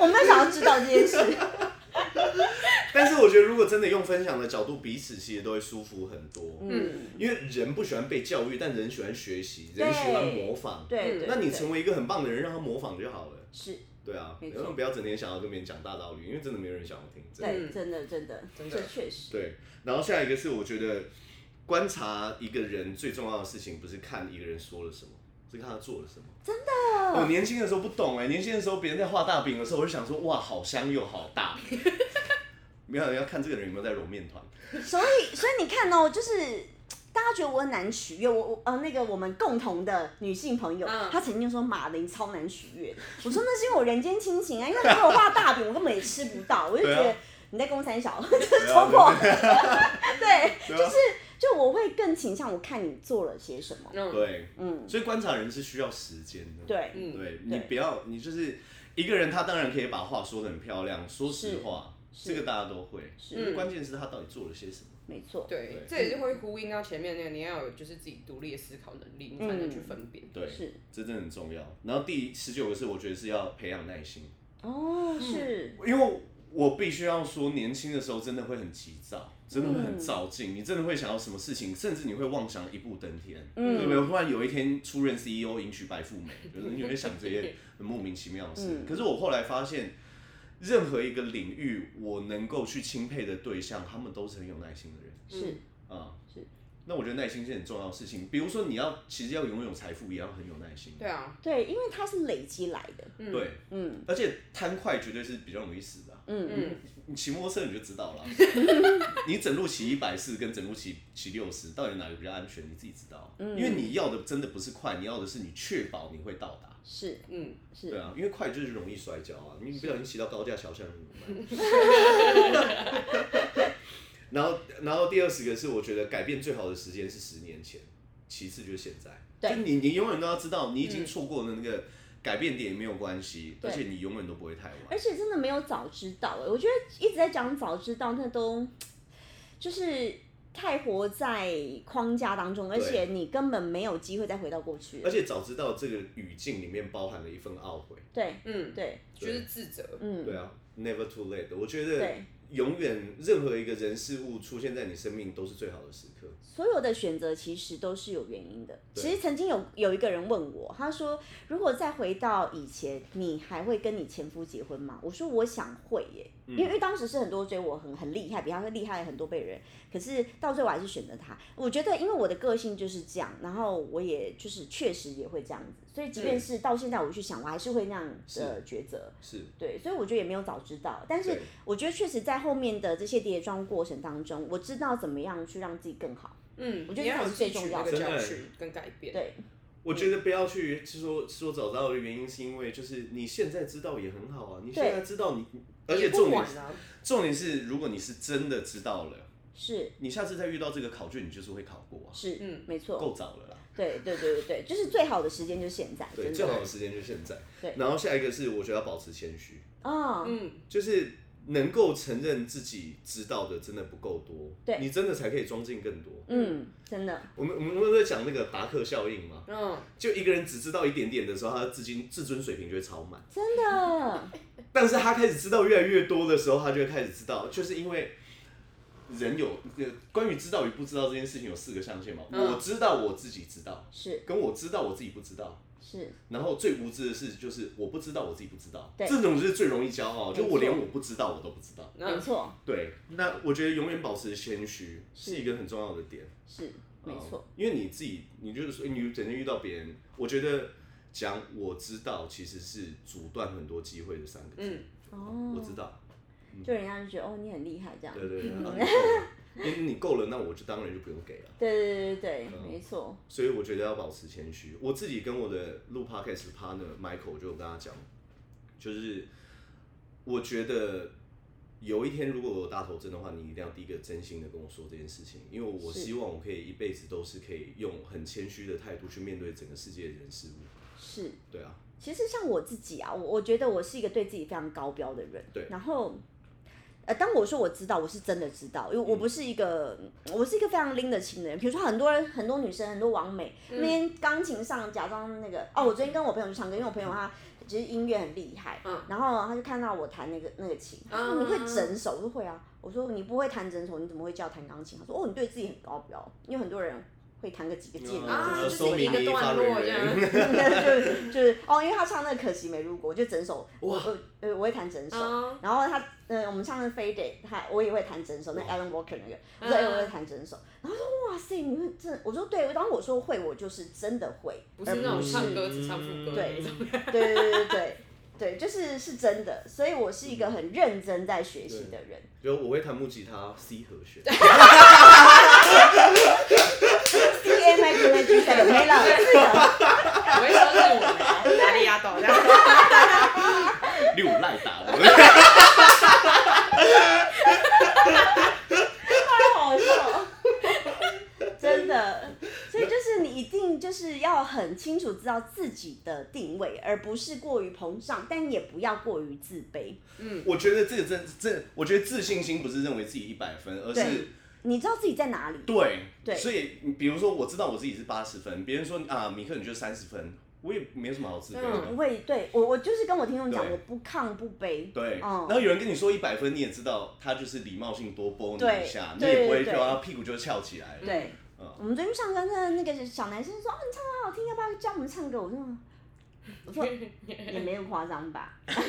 我没有想要知道这件事。 但是我觉得如果真的用分享的角度，彼此其实都会舒服很多，嗯，因为人不喜欢被教育，但人喜欢学习，人喜欢模仿。对嗯对。那你对成为一个很棒的人，让他模仿就好了。是对啊，没错然后不要整天想要跟别人讲大道理，因为真的没有人想要听。真的对，嗯真的真的，真的这确实。对，然后下一个是我觉得观察一个人最重要的事情，不是看一个人说了什么，是看他做了什么。真的，我年轻的时候不懂哎、年轻的时候别人在画大饼的时候，我就想说哇，好香又好大。 没有要看这个人有没有在揉面团，所以所以你看哦，就是。大家觉得我很难取悦，我我呃那个我们共同的女性朋友，嗯她曾经说马林超难取悦，我说那是因为我人间清醒啊，因为她给我画大饼，我根本也吃不到，我就觉对得啊你在公三小， 就是对啊 戳破，对对，对啊就我会更倾向我看你做了些什么，嗯，对，嗯，所以观察人是需要时间的。对，嗯对对你不要，你就是一个人，他当然可以把话说的很漂亮。说实话，是这个大家都会。是因为关键是他到底做了些什么。没错，对对，这也是会呼应到前面那个，你要有就是自己独立的思考能力，你才能去分辨。对，是，这真的很重要。然后第十九个是，我觉得是要培养耐心，哦，是，因为我必须要说，年轻的时候真的会很急躁，真的会嗯很躁进，你真的会想要什么事情，甚至你会妄想一步登天，嗯对不对？忽然有一天出任 CEO，迎娶白富美，就是你会想 这些很莫名其妙的事。嗯可是我后来发现。任何一个领域，我能够去钦佩的对象，他们都是很有耐心的人嗯是，啊。是，那我觉得耐心是很重要的事情。比如说，你要其实要拥有财富，也要很有耐心。对啊，对，因为它是累积来的，嗯对，嗯而且贪快绝对是比较容易死的啊、嗯嗯，你骑摩托车你就知 道了啊，你整路骑一百四跟整路骑骑六十，到底哪个比较安全，你自己知道。嗯因为你要的真的不是快，你要的是你确保你会到达。是嗯，对是，啊，因为快就是容易摔跤啊，你不小心骑到高架桥上怎么办？然后，然后第二十个是我觉得改变最好的时间是十年前，其次就是现在。对嗯就你你永远都要知道，你已经错过了那个改变点也没有关系，对而且你永远都不会太晚。而且真的没有早知道哎、我觉得一直在讲早知道，那都就是太活在框架当中，而对且你根本没有机会再回到过去了而。且早知道这个语境里面包含了一份懊悔。对，嗯，对，就是自责。嗯，对啊，never too late。我觉得对，永远任何一个人事物出现在你生命都是最好的时刻。所有的选择其实都是有原因的。对其实曾经有有一个人问我，他说：“如果再回到以前，你还会跟你前夫结婚吗？”我说：“我想会耶，嗯因为因为当时是很多追我很很厉害，比他厉害很多倍的人，可是到最后我还是选择他。我觉得因为我的个性就是这样，然后我也就是确实也会这样子，所以即便是到现在我去想，我还是会那样的抉择。”是，对，所以我觉得也没有早知道，但是对我觉得确实在后面的这些跌撞过程当中，我知道怎么样去让自己更好。嗯，我觉得你这才要有是最汲取重要那个的教真的训跟改变。对，我觉得不要去说说找到的原因，是因为就是你现在知道也很好啊，你现在知道你，而且也不重点晚啊重点是，如果你是真的知道了，是你下次再遇到这个考卷，你就是会考过啊，是，哦嗯没错，够早了啦。对对对对对，就是最好的时间就是现在，对，真最好的的时间就是现在。对然后下一个是我觉得要保持谦虚。啊，嗯，就是能够承认自己知道的真的不够多，对你真的才可以装进更多。嗯，真的我们我们不是讲那个达克效应吗？嗯，就一个人只知道一点点的时候，他的自尊自尊水平就会超满。真的， 但是他开始知道越来越多的时候，他就会开始知道，就是因为人有呃关于知道与不知道这件事情有四个象限嘛。嗯我知道我自己知道，是跟我知道我自己不知道，是然后最无知的事就是我不知道我自己不知道，对这种就是最容易骄傲，就没我连错我不知道我都不知道。没那错，对，那我觉得永远保持谦虚是一个很重要的点。是没嗯错，，因为你自己，你就是说，哎你整天遇到别人，我觉得讲我知道其实是阻断很多机会的三个字。嗯哦我知道，就人家就觉得哦你很厉害这样，嗯对对对，嗯啊你够了因为你够了，那我就当然就不用给了。对对对对对，嗯没错，所以我觉得要保持谦虚。我自己跟我的录 podcast 的 partner Michael 就有跟他讲，就是我觉得有一天如果我有大头针的话，你一定要第一个真心的跟我说这件事情，因为我是希望我可以一辈子都是可以用很谦虚的态度去面对整个世界的人事物。是。对啊，其实像我自己啊，我我觉得我是一个对自己非常高标的人。对然后，呃，当我说我知道，我是真的知道，因嗯为我不是一个，我是一个非常拎得清的人。比如说很多人，很多女生，很多网美，嗯那天钢琴上假装那个，哦，我昨天跟我朋友去唱歌，因为我朋友他其实音乐很厉害，嗯然后他就看到我弹那个那个琴，他说嗯你会整首？我说会啊。我说你不会弹整首，你怎么会叫弹钢琴？他说哦，你对自己很高标，因为很多人会弹个几个键啊，呃就是一个段落这收样。就是就是哦，因为他唱那个可惜没入国，就整首我哇呃呃我会弹整首，啊，然后他嗯我们唱那个 Fade It，他我也会弹整首，那 Alan Walker 那个，我说哎、嗯我会弹整首，然后说哇塞你会真，我说对，当我说会我就是真的会，不是那而种不是 唱歌只唱副歌 对那种。对对对对对对，就是是真的，所以我是一个很认真在学习的人，就我会弹木吉他 C 和 弦， C A M I Q A G 三个没了，是的，我会说是我 们哪里压倒这样。六赖打我。的， 所以就是你一定就是要很清楚知道自己的定位，而不是过于膨胀，但也不要过于自卑。我觉得这个真这，我觉得自信心不是认为自己一百分，而是对你知道自己在哪里，对对所以你比如说，我知道我自己是八十分，别人说啊，米克你就三十分，我也没有什么好自卑的。不会对我我就是跟我听众讲，对我不亢不卑。对，嗯然后有人跟你说一百分，你也知道他就是礼貌性多拨你对一下，你对也不会对对飘，他屁股就翘起来了。对，嗯我们最近上课的那个小男生说，啊，你唱的好好听，要不要教我们唱歌？我说，我 说也没有夸张吧。发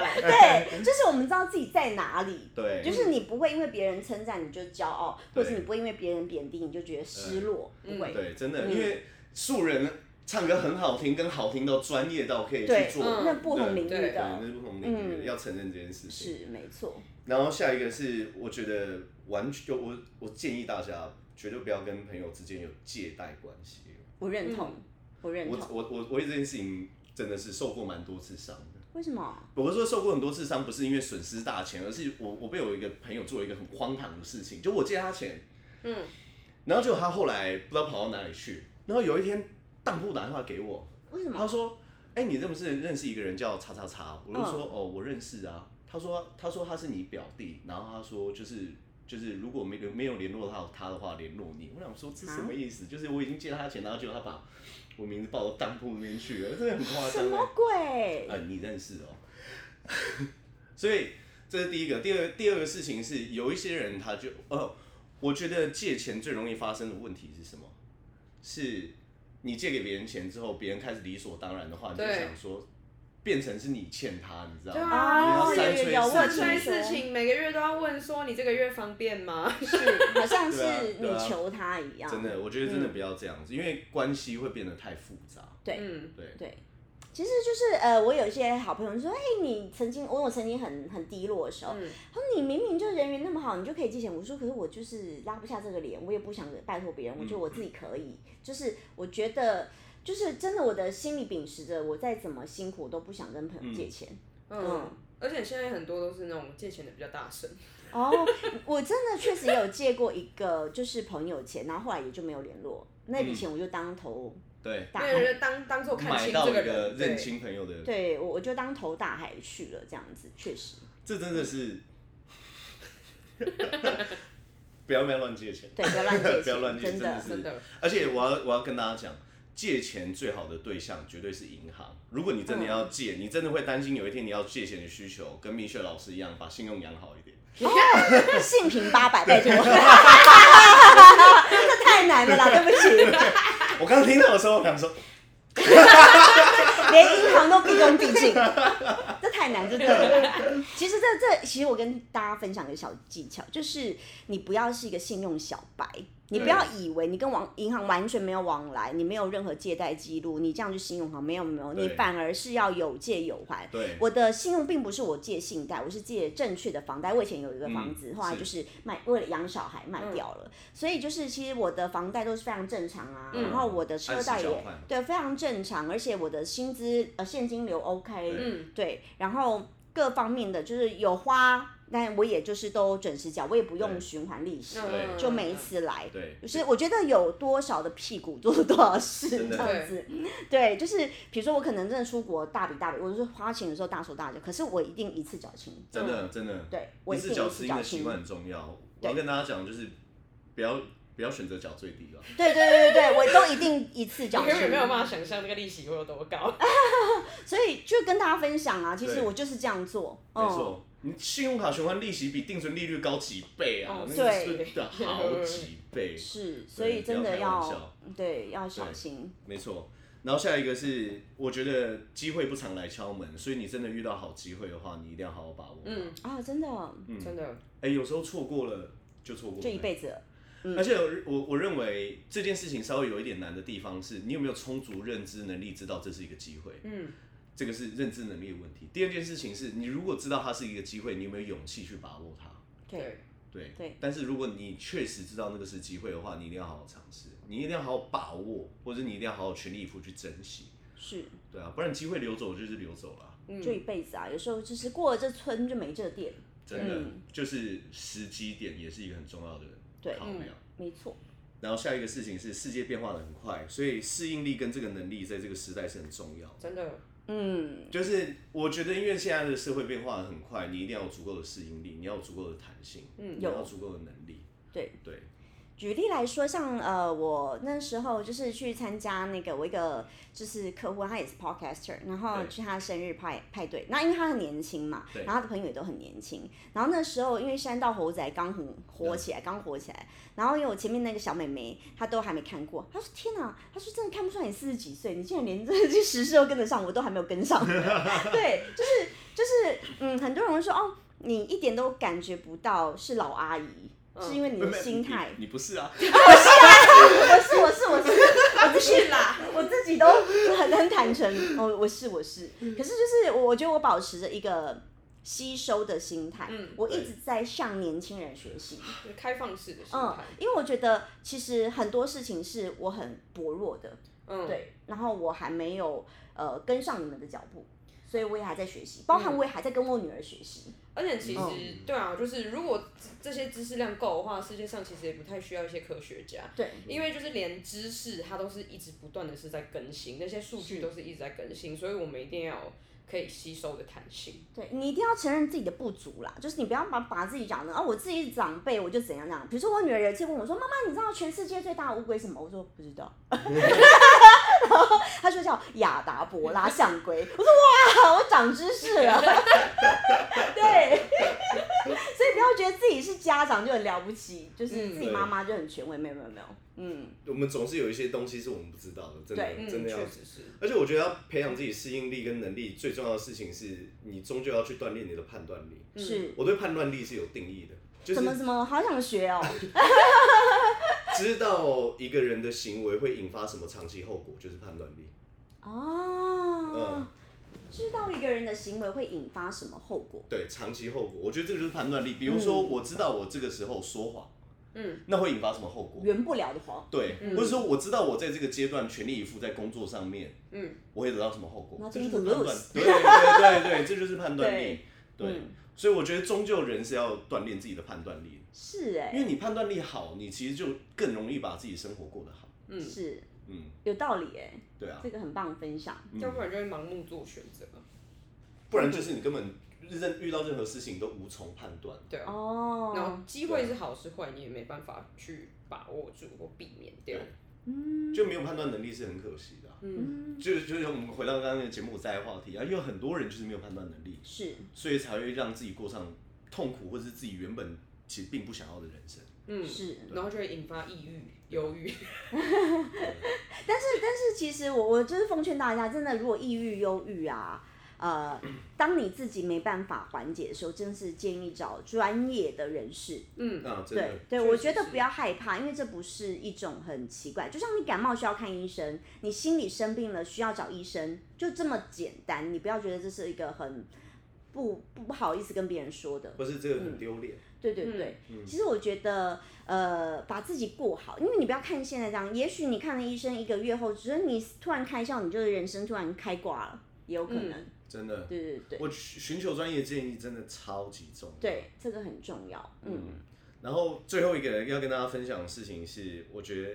来。对，就是我们知道自己在哪里。对，就是你不会因为别人称赞你就骄傲，或对嗯者是你不会因为别人贬低你就觉得失落，不会。对，真的，因为素人唱歌很好听，跟好听到专业到可以去对，做，嗯那不同领域对，那的，是不同领域的，嗯要承认这件事情。是没错。然后下一个是，我觉得完全，就我我建议大家绝对不要跟朋友之间有借贷关系。我嗯认同，我认我同。我我我为这件事情真的是受过蛮多次伤的。为什么？我是说受过很多次伤，不是因为损失大钱，而是我我被我一个朋友做了一个很荒唐的事情，就我借他钱，嗯，然后结果他后来不知道跑到哪里去，然后有一天当铺打电话给我，为什么？他说：“哎、你认不认认识一个人叫叉叉叉？”我就说：“嗯哦，我认识啊。”他说：“他说他是你表弟。”然后他说：“就是就是，如果没有没有联络到他的话，联络你。”我想说这什啊么意思？就是我已经借他钱，然后结果他把我名字报到当铺那边去了，真的很夸什张、么欸。鬼？呃，你认识哦。 所以这是第一个，第二第二个事情是，有一些人他就哦，我觉得借钱最容易发生的问题是什么？是你借给别人钱之后，别人开始理所当然的话，你就对想说变成是你欠他，你知道对吗？啊，哦你要三有催有有社问四题区三请，催事情每个月都要问说你这个月方便吗？是，好像是 对啊对你啊求他一样。真的，我觉得真的不要这样子，因为关系会变得太复杂。对嗯，对，对，其实就是呃，我有一些好朋友说，哎、你曾经，我我曾经很很低落的时候，嗯他说你明明就人缘那么好，你就可以借钱。我说，可是我就是拉不下这个脸，我也不想拜托别人，我觉得我自己可嗯以。就是我觉得，就是真的，我的心里秉持着，我再怎么辛苦，我都不想跟朋友借钱。嗯，而且现在很多都是那种借钱的比较大声，哦，我真的确实也有借过一个就是朋友钱，然后后来也就没有联络。那笔嗯钱我就当头对，大那海，个人当当做看买清到这一个人，认对，清朋友的，对我我就当头大海去了，这样子确实。这真的 是。 不要不要乱借钱，对，不要乱借钱， 不要乱借真真的的是真的，而且我要我要跟大家讲，借钱最好的对象绝对是银行。如果你真嗯的要借，你真的会担心有一天你要借钱的需求，跟蜜雪老师一样，把信用养好一点。哦，性平八百， 拜托， 这太难了啦，对不起，我刚刚听到的时候，我 想说，连银行都毕恭毕敬，这太难，就对了。其实这这，其实我跟大家分享一个小技巧，就是你不要是一个信用小白。你不要以为你跟网银行完全没有往来，你没有任何借贷记录，你这样去信用卡没有没有，你对反而是要有借有还。对我的信用并不是我借信贷，我是借正确的房贷。我以前有一个房子，嗯后来就是卖，为了养小孩卖掉了，所以就是其实我的房贷都是非常正常啊，嗯然后我的车贷按时交也换对非常正常，而且我的薪资呃现金流 OK，嗯，对，然后各方面的就是有花，但我也就是都准时缴，我也不用对循环利息，嗯就每一次来。对就是我觉得有多少的屁股做多少事真这的样子，对，就是比如说我可能真的出国大笔大笔，我就是花钱的时候大手大脚，可是我一定一次缴清，真的真的，对我一一定次一缴次资金缴的习清，惯很重要。我要跟大家讲，就是不要不要选择缴最低了。对对对对对，我都一定一次你缴根本清没，有办法想象这个利息会有多高。所以就跟大家分享啊，其实对我就是这样做，没嗯，错，你信用卡循环利息比定存利率高几倍啊哦，那对个是好几倍。是，所以不要真的开玩要笑对要小心，没错。然后下一个是，我觉得机会不常来敲门，所以你真的遇到好机会的话，你一定要好好把握。嗯，啊，真的真的，哎、有时候错过了就错过了，就一辈嗯子了，而且我我我认为这件事情稍微有一点难的地方是，你有没有充足认知能力知道这是一个机会？嗯，这个是认知能力的问题。第二件事情是你如果知道它是一个机会，你有没有勇气去把握它？对，对，对对。但是如果你确实知道那个是机会的话，你一定要好好尝试，你一定要好好把握，或者你一定要好好全力以赴去珍惜。是，对啊，不然机会流走就是流走了。嗯就一辈子啊，有时候就是过了这村就没这店，真的、嗯就是时机点也是一个很重要的对考量。没错，然后下一个事情是世界变化的很快，所以适应力跟这个能力在这个时代是很重要的。真的，嗯，就是我觉得，因为现在的社会变化得很快，你一定要有足够的适应力，你要有足够的弹性，嗯你要有足够的能力。对对，举例来说，像呃，我那时候就是去参加那个我一个就是客户，他也是 podcaster，然后对去他生日派派对。那因为他很年轻嘛，对然后他的朋友也都很年轻。然后那时候因为山道猴仔刚很嗯火起来，刚火起来。然后因为我前面那个小妹妹，她都还没看过，她说天哪，她说真的看不出来你四十几岁，你竟然连这些时事都跟得上，我都还没有跟 上。对，就是就是嗯，很多人会说哦，你一点都感觉不到是老阿姨。是因为你的嗯没有心态，你你不是啊？我是我是我是，我不自己是啦，我自己都很很坦诚， 哦我我是我是，嗯可是就是我我觉得我保持着一个吸收的心态，嗯我一直在向年轻人学习，就是开放式的心嗯态，，因为我觉得其实很多事情是我很薄弱的，嗯，对，然后我还没有呃跟上你们的脚步，所以我也还在学习，嗯包含我也还在跟我女儿学习，而且其实、嗯对啊，就是如果这这些知识量够的话，世界上其实也不太需要一些科学家，对，因为就是连知识它都是一直不断的是在更新，那些数据是都是一直在更新，所以我们一定要有可以吸收的弹性。对你一定要承认自己的不足啦，就是你不要把把自己讲的啊，我自己是长辈我就怎样怎样。比如说我女儿有一次问我说：“妈妈，你知道全世界最大的乌龟是什么？”我说：“不知道。” 然后她说叫亚达伯拉象龟。我说：“哇，我长知识了。” 对， 所以不要觉得自己是家长就很了不起，就是自己嗯妈妈就很权威，没有没有没有，嗯， 我们总是有一些东西是我们不知道的，真对的真嗯，的要确实是。而且我觉得要培养自己适应力跟能力，最重要的事情是你终究要去锻炼你的判断力。是。我对判断力是有定义的，就怎么是怎么，好想学哦！知道一个人的行为会引发什么长期后果，就是判断力。哦嗯，知道一个人的行为会引发什么后果？对，长期后果，我觉得这个就是判断力。比如说，我知道我这个时候说谎，嗯，那会引发什么后果？圆不了的谎，对，或者说我知道我在这个阶段全力以赴在工作上面，嗯，我会得到什么后果？那这就就是是判断 lose，对对对对，这就是判断力。对，嗯所以我觉得终究人是要锻炼自己的判断力的。是哎、因为你判断力好，你其实就更容易把自己生活过得好。嗯是嗯，有道理哎、对啊这，个很棒的分享。嗯要不然就会盲目做选择。不然就是你根本任遇到任何事情都无从判断。对啊，然后哦，机会是好是坏，你也没办法去把握住或避免掉。嗯就没有判断能力是很可惜的啊、嗯，嗯，就就是我们回到刚刚那个节目在的话题啊，因为很多人就是没有判断能力，是所以才会让自己过上痛苦或是自己原本其实并不想要的人生。嗯，是，啊然后就会引发抑郁、忧郁。但是但是其实我我就是奉劝大家，真的如果抑郁、忧郁啊。呃，当你自己没办法缓解的时候，真是建议找专业的人士。嗯，啊，真对的，对，确我实觉得是不要害怕，因为这不是一种很奇怪，就像你感冒需要看医生，你心理生病了需要找医生，就这么简单。你不要觉得这是一个很不不好意思跟别人说的。或是这个嗯很丢脸。对对对，嗯其实我觉得，呃，把自己过好，因为你不要看现在这样，也许你看了医生一个月后，只是你突然开窍，你就是人生突然开挂了，也有可嗯能。真的，对对对我寻寻求专业建议真的超级重要。对，这个很重要。嗯，然后最后一个要跟大家分享的事情是，我觉得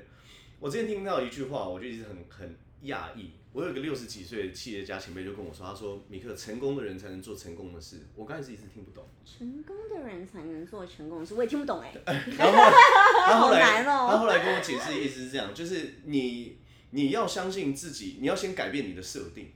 我之前听到一句话，我就一直很很讶异。我有一个六十几岁的企业家前辈就跟我说，他说：“米克，成功的人才能做成功的事。”我刚开始一直听不 懂，成功的人才能做成功的事，我也听不懂哎、然后他后好来、难哦他后来跟我解释，意思是这样，就是你你要相信自己，你要先改变你的设定。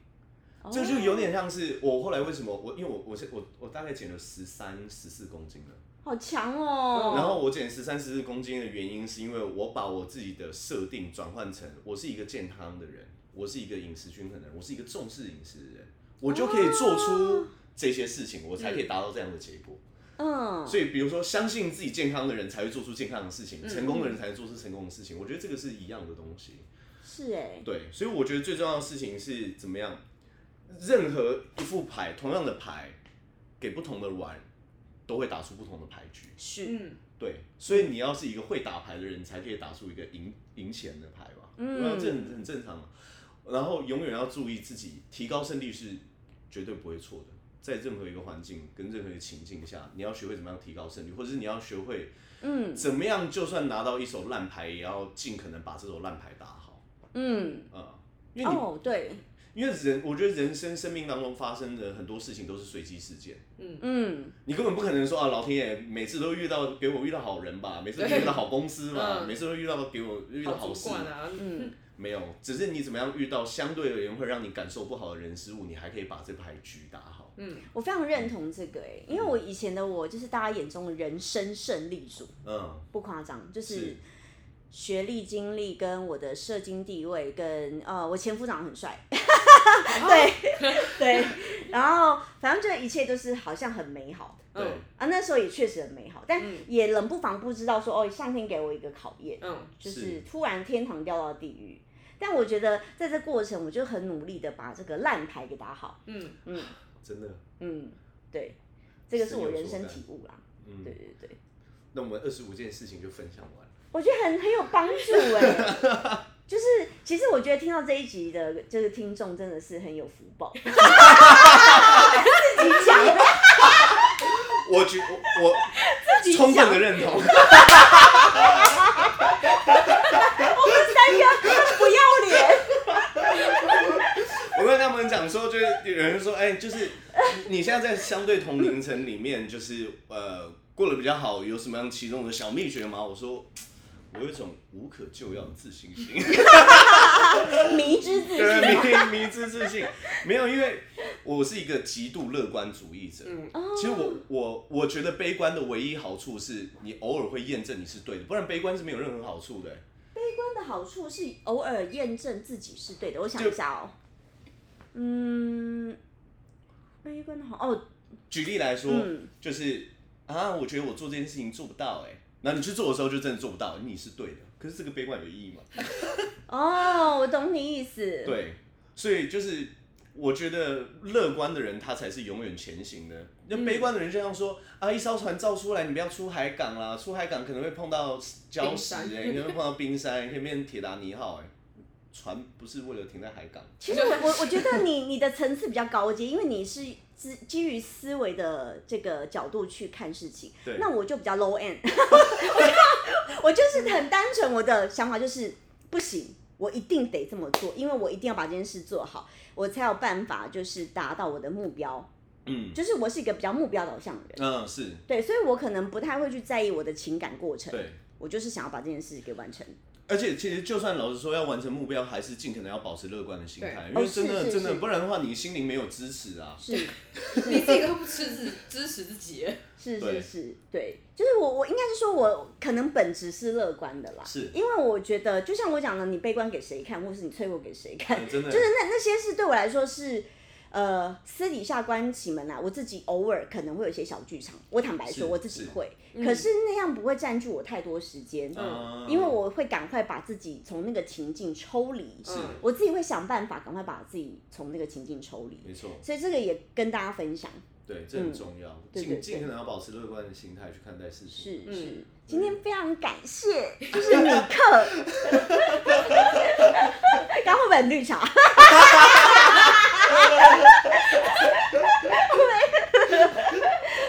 哦这就有点像是我后来为什么我因为我我是我我大概减了十三十四公斤了。好强哦。然后我减十三十四公斤的原因，是因为我把我自己的设定转换成我是一个健康的人，我是一个饮食均衡的人，我是一个重视饮食的人，我就可以做出这些事情，我才可以达到这样的结果。嗯，所以，比如说，相信自己健康的人才会做出健康的事情，成功的人才能做出成功的事情。我觉得这个是一样的东西。是哎、对，所以我觉得最重要的事情是怎么样，任何一副牌，同样的牌，给不同的玩，都会打出不同的牌局。是，嗯，对，所以你要是一个会打牌的人，才可以打出一个赢赢钱的牌吧？嗯对啊这很很正常嘛。然后永远要注意自己，提高胜率是绝对不会错的，在任何一个环境跟任何一个情境下，你要学会怎么样提高胜率，或者是你要学会嗯怎么样，就算拿到一手烂牌，也要尽可能把这手烂牌打好。嗯，啊、因为你、哦，对，因为人，我觉得人生生命当中发生的很多事情都是随机事件，嗯你根本不可能说啊，老天爷每次都遇到给我遇到好人吧，每次都遇到好公司嘛，嗯每次都遇到给我遇到好好事主，管啊，嗯没有，只是你怎么样遇到相对而言会让你感受不好的人事物，你还可以把这牌局打好。我非常认同这个嗯诶、因为我以前的我就是大家眼中的人生胜利组，嗯，不夸张，就是是学历、经历跟我的社经地位跟呃，我前夫长得很帅，哦对 对，然后反正这一切就是好像很美好对，嗯啊，那时候也确实很美好，但嗯也冷不防不知道说哦，上天给我一个考验，嗯，就是是突然天堂掉到地狱。但我觉得在这过程，我就很努力的把这个烂牌给打好。 嗯，嗯真的，嗯，对，这个是我深有人所生感体悟啦。嗯，对对对，那我们二十五件事情就分享完了。我觉得很很有帮助哎、 就是其实我觉得听到这一集的就是听众真的是很有福 报，自己讲的我觉我 我充分的认同，不要脸，我跟他们讲说，就是有人说，哎、就是你现在在相对同龄层里面，就是呃过得比较好，有什么样其中的小秘诀吗？我说。我有一种无可救药的自信心，迷之自信。对，迷迷之自信，没有，因为我是一个极度乐观主义者。嗯其实我我我觉得悲观的唯一好处是你偶尔会验证你是对的，不然悲观是没有任何好处的、悲观的好处是偶尔验证自己是对的。我想一下哦，嗯，悲观的好哦，举例来说，嗯就是啊，我觉得我做这件事情做不到哎、欸，然后你去做的时候就真的做不到，你是对的。可是这个悲观有意义吗？哦，我懂你意思。，对，所以就是我觉得乐观的人他才是永远前行的。那悲观的人就像说、啊，一艘船造出来，你不要出海港啦，出海港可能会碰到礁石冰哎、山欸，你会碰到冰山，你 可以变成铁达尼号哎、欸。船不是为了停在海港，其实我我我觉得你你的层次比较高阶，因为你是基基于思维的这个角度去看事情。对那我就比较 low end，我就我就是很单纯，我的想法就是不行，我一定得这么做，因为我一定要把这件事做好，我才有办法就是达到我的目标。嗯就是我是一个比较目标导向的人，嗯是，对，所以我可能不太会去在意我的情感过程，对。我就是想要把这件事给完 成。而且其实就算老实说，要完成目标，还是尽可能要保持乐观的心态，因哦为是真的、是真的，是不然的话，你心灵没有支 持啊。是。你自己都不支持支持自己，是是对是，对，就是我我应该是说，我可能本质是乐观的啦，是因为我觉得，就像我讲的，你悲观给谁看，或是你脆弱给谁看，嗯真的就是那那些事对我来说是，呃，私底下关起门啊来，我自己偶尔可能会有一些小剧场，我坦白是说我自己是会，可是那样不会占据我太多时间，嗯因为我会赶快把自己从那个情境抽离，是嗯我自己会想办法赶快把自己从那个情境抽离，没错，所以这个也跟大家分享。对，这很重要，嗯对尽对尽可能要保持乐观的心态去看待事情。是嗯是，今天非常感谢， 就是米克，刚会不会很绿 茶？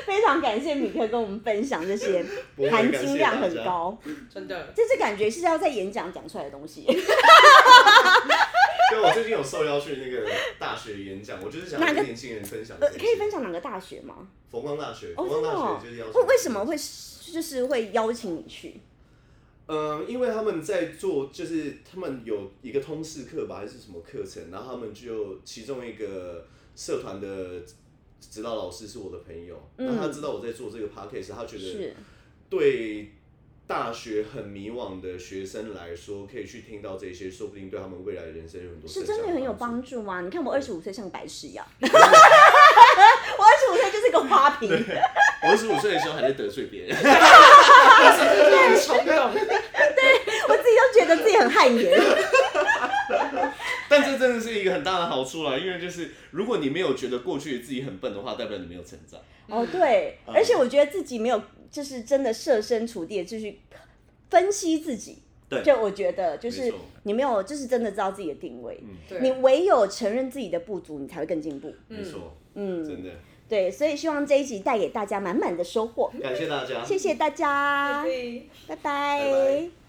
非常感谢米克跟我们分享这些不会含感金谢量大很家高，真的，这是感觉是要在演讲讲出来的东西。对，我最近有受邀去那个大学演讲，我就是想哪跟个年轻人分享这呃，件事。可以分享哪个大学吗？佛光大学，哦，佛真的光哦大学就是邀。为请。为什么？会就是会邀请你去？嗯，因为他们在做，就是他们有一个通识课吧，还是什么课程，然后他们就其中一个社团的指导老师是我的朋友，嗯那、他知道我在做这个 podcast，他觉得是对大学很迷惘的学生来说，可以去听到这些，说不定对他们未来的人生有很多是正向真的很有帮帮助吗？你看我二十五岁像个白痴一 样，我二十五岁就是个花瓶。助。我二十五岁的时候还在得罪别人， 很冲动， 我自己都觉得自己很汗 颜。但这真的是一个很大的好处啦，因为就是如果你没有觉得过去的自己很笨的话，代表你没有成长。哦，对，嗯而且我觉得自己没有，就是真的设身处地的去分析自己。对就我觉得就是没错你没有，就是真的知道自己的定位。嗯对你唯有承认自己的不足，你才会更进步。没错，嗯，真的。对，所以希望这一集带给大家满满的收获，感谢大家，谢谢大家，嗯对。拜拜拜拜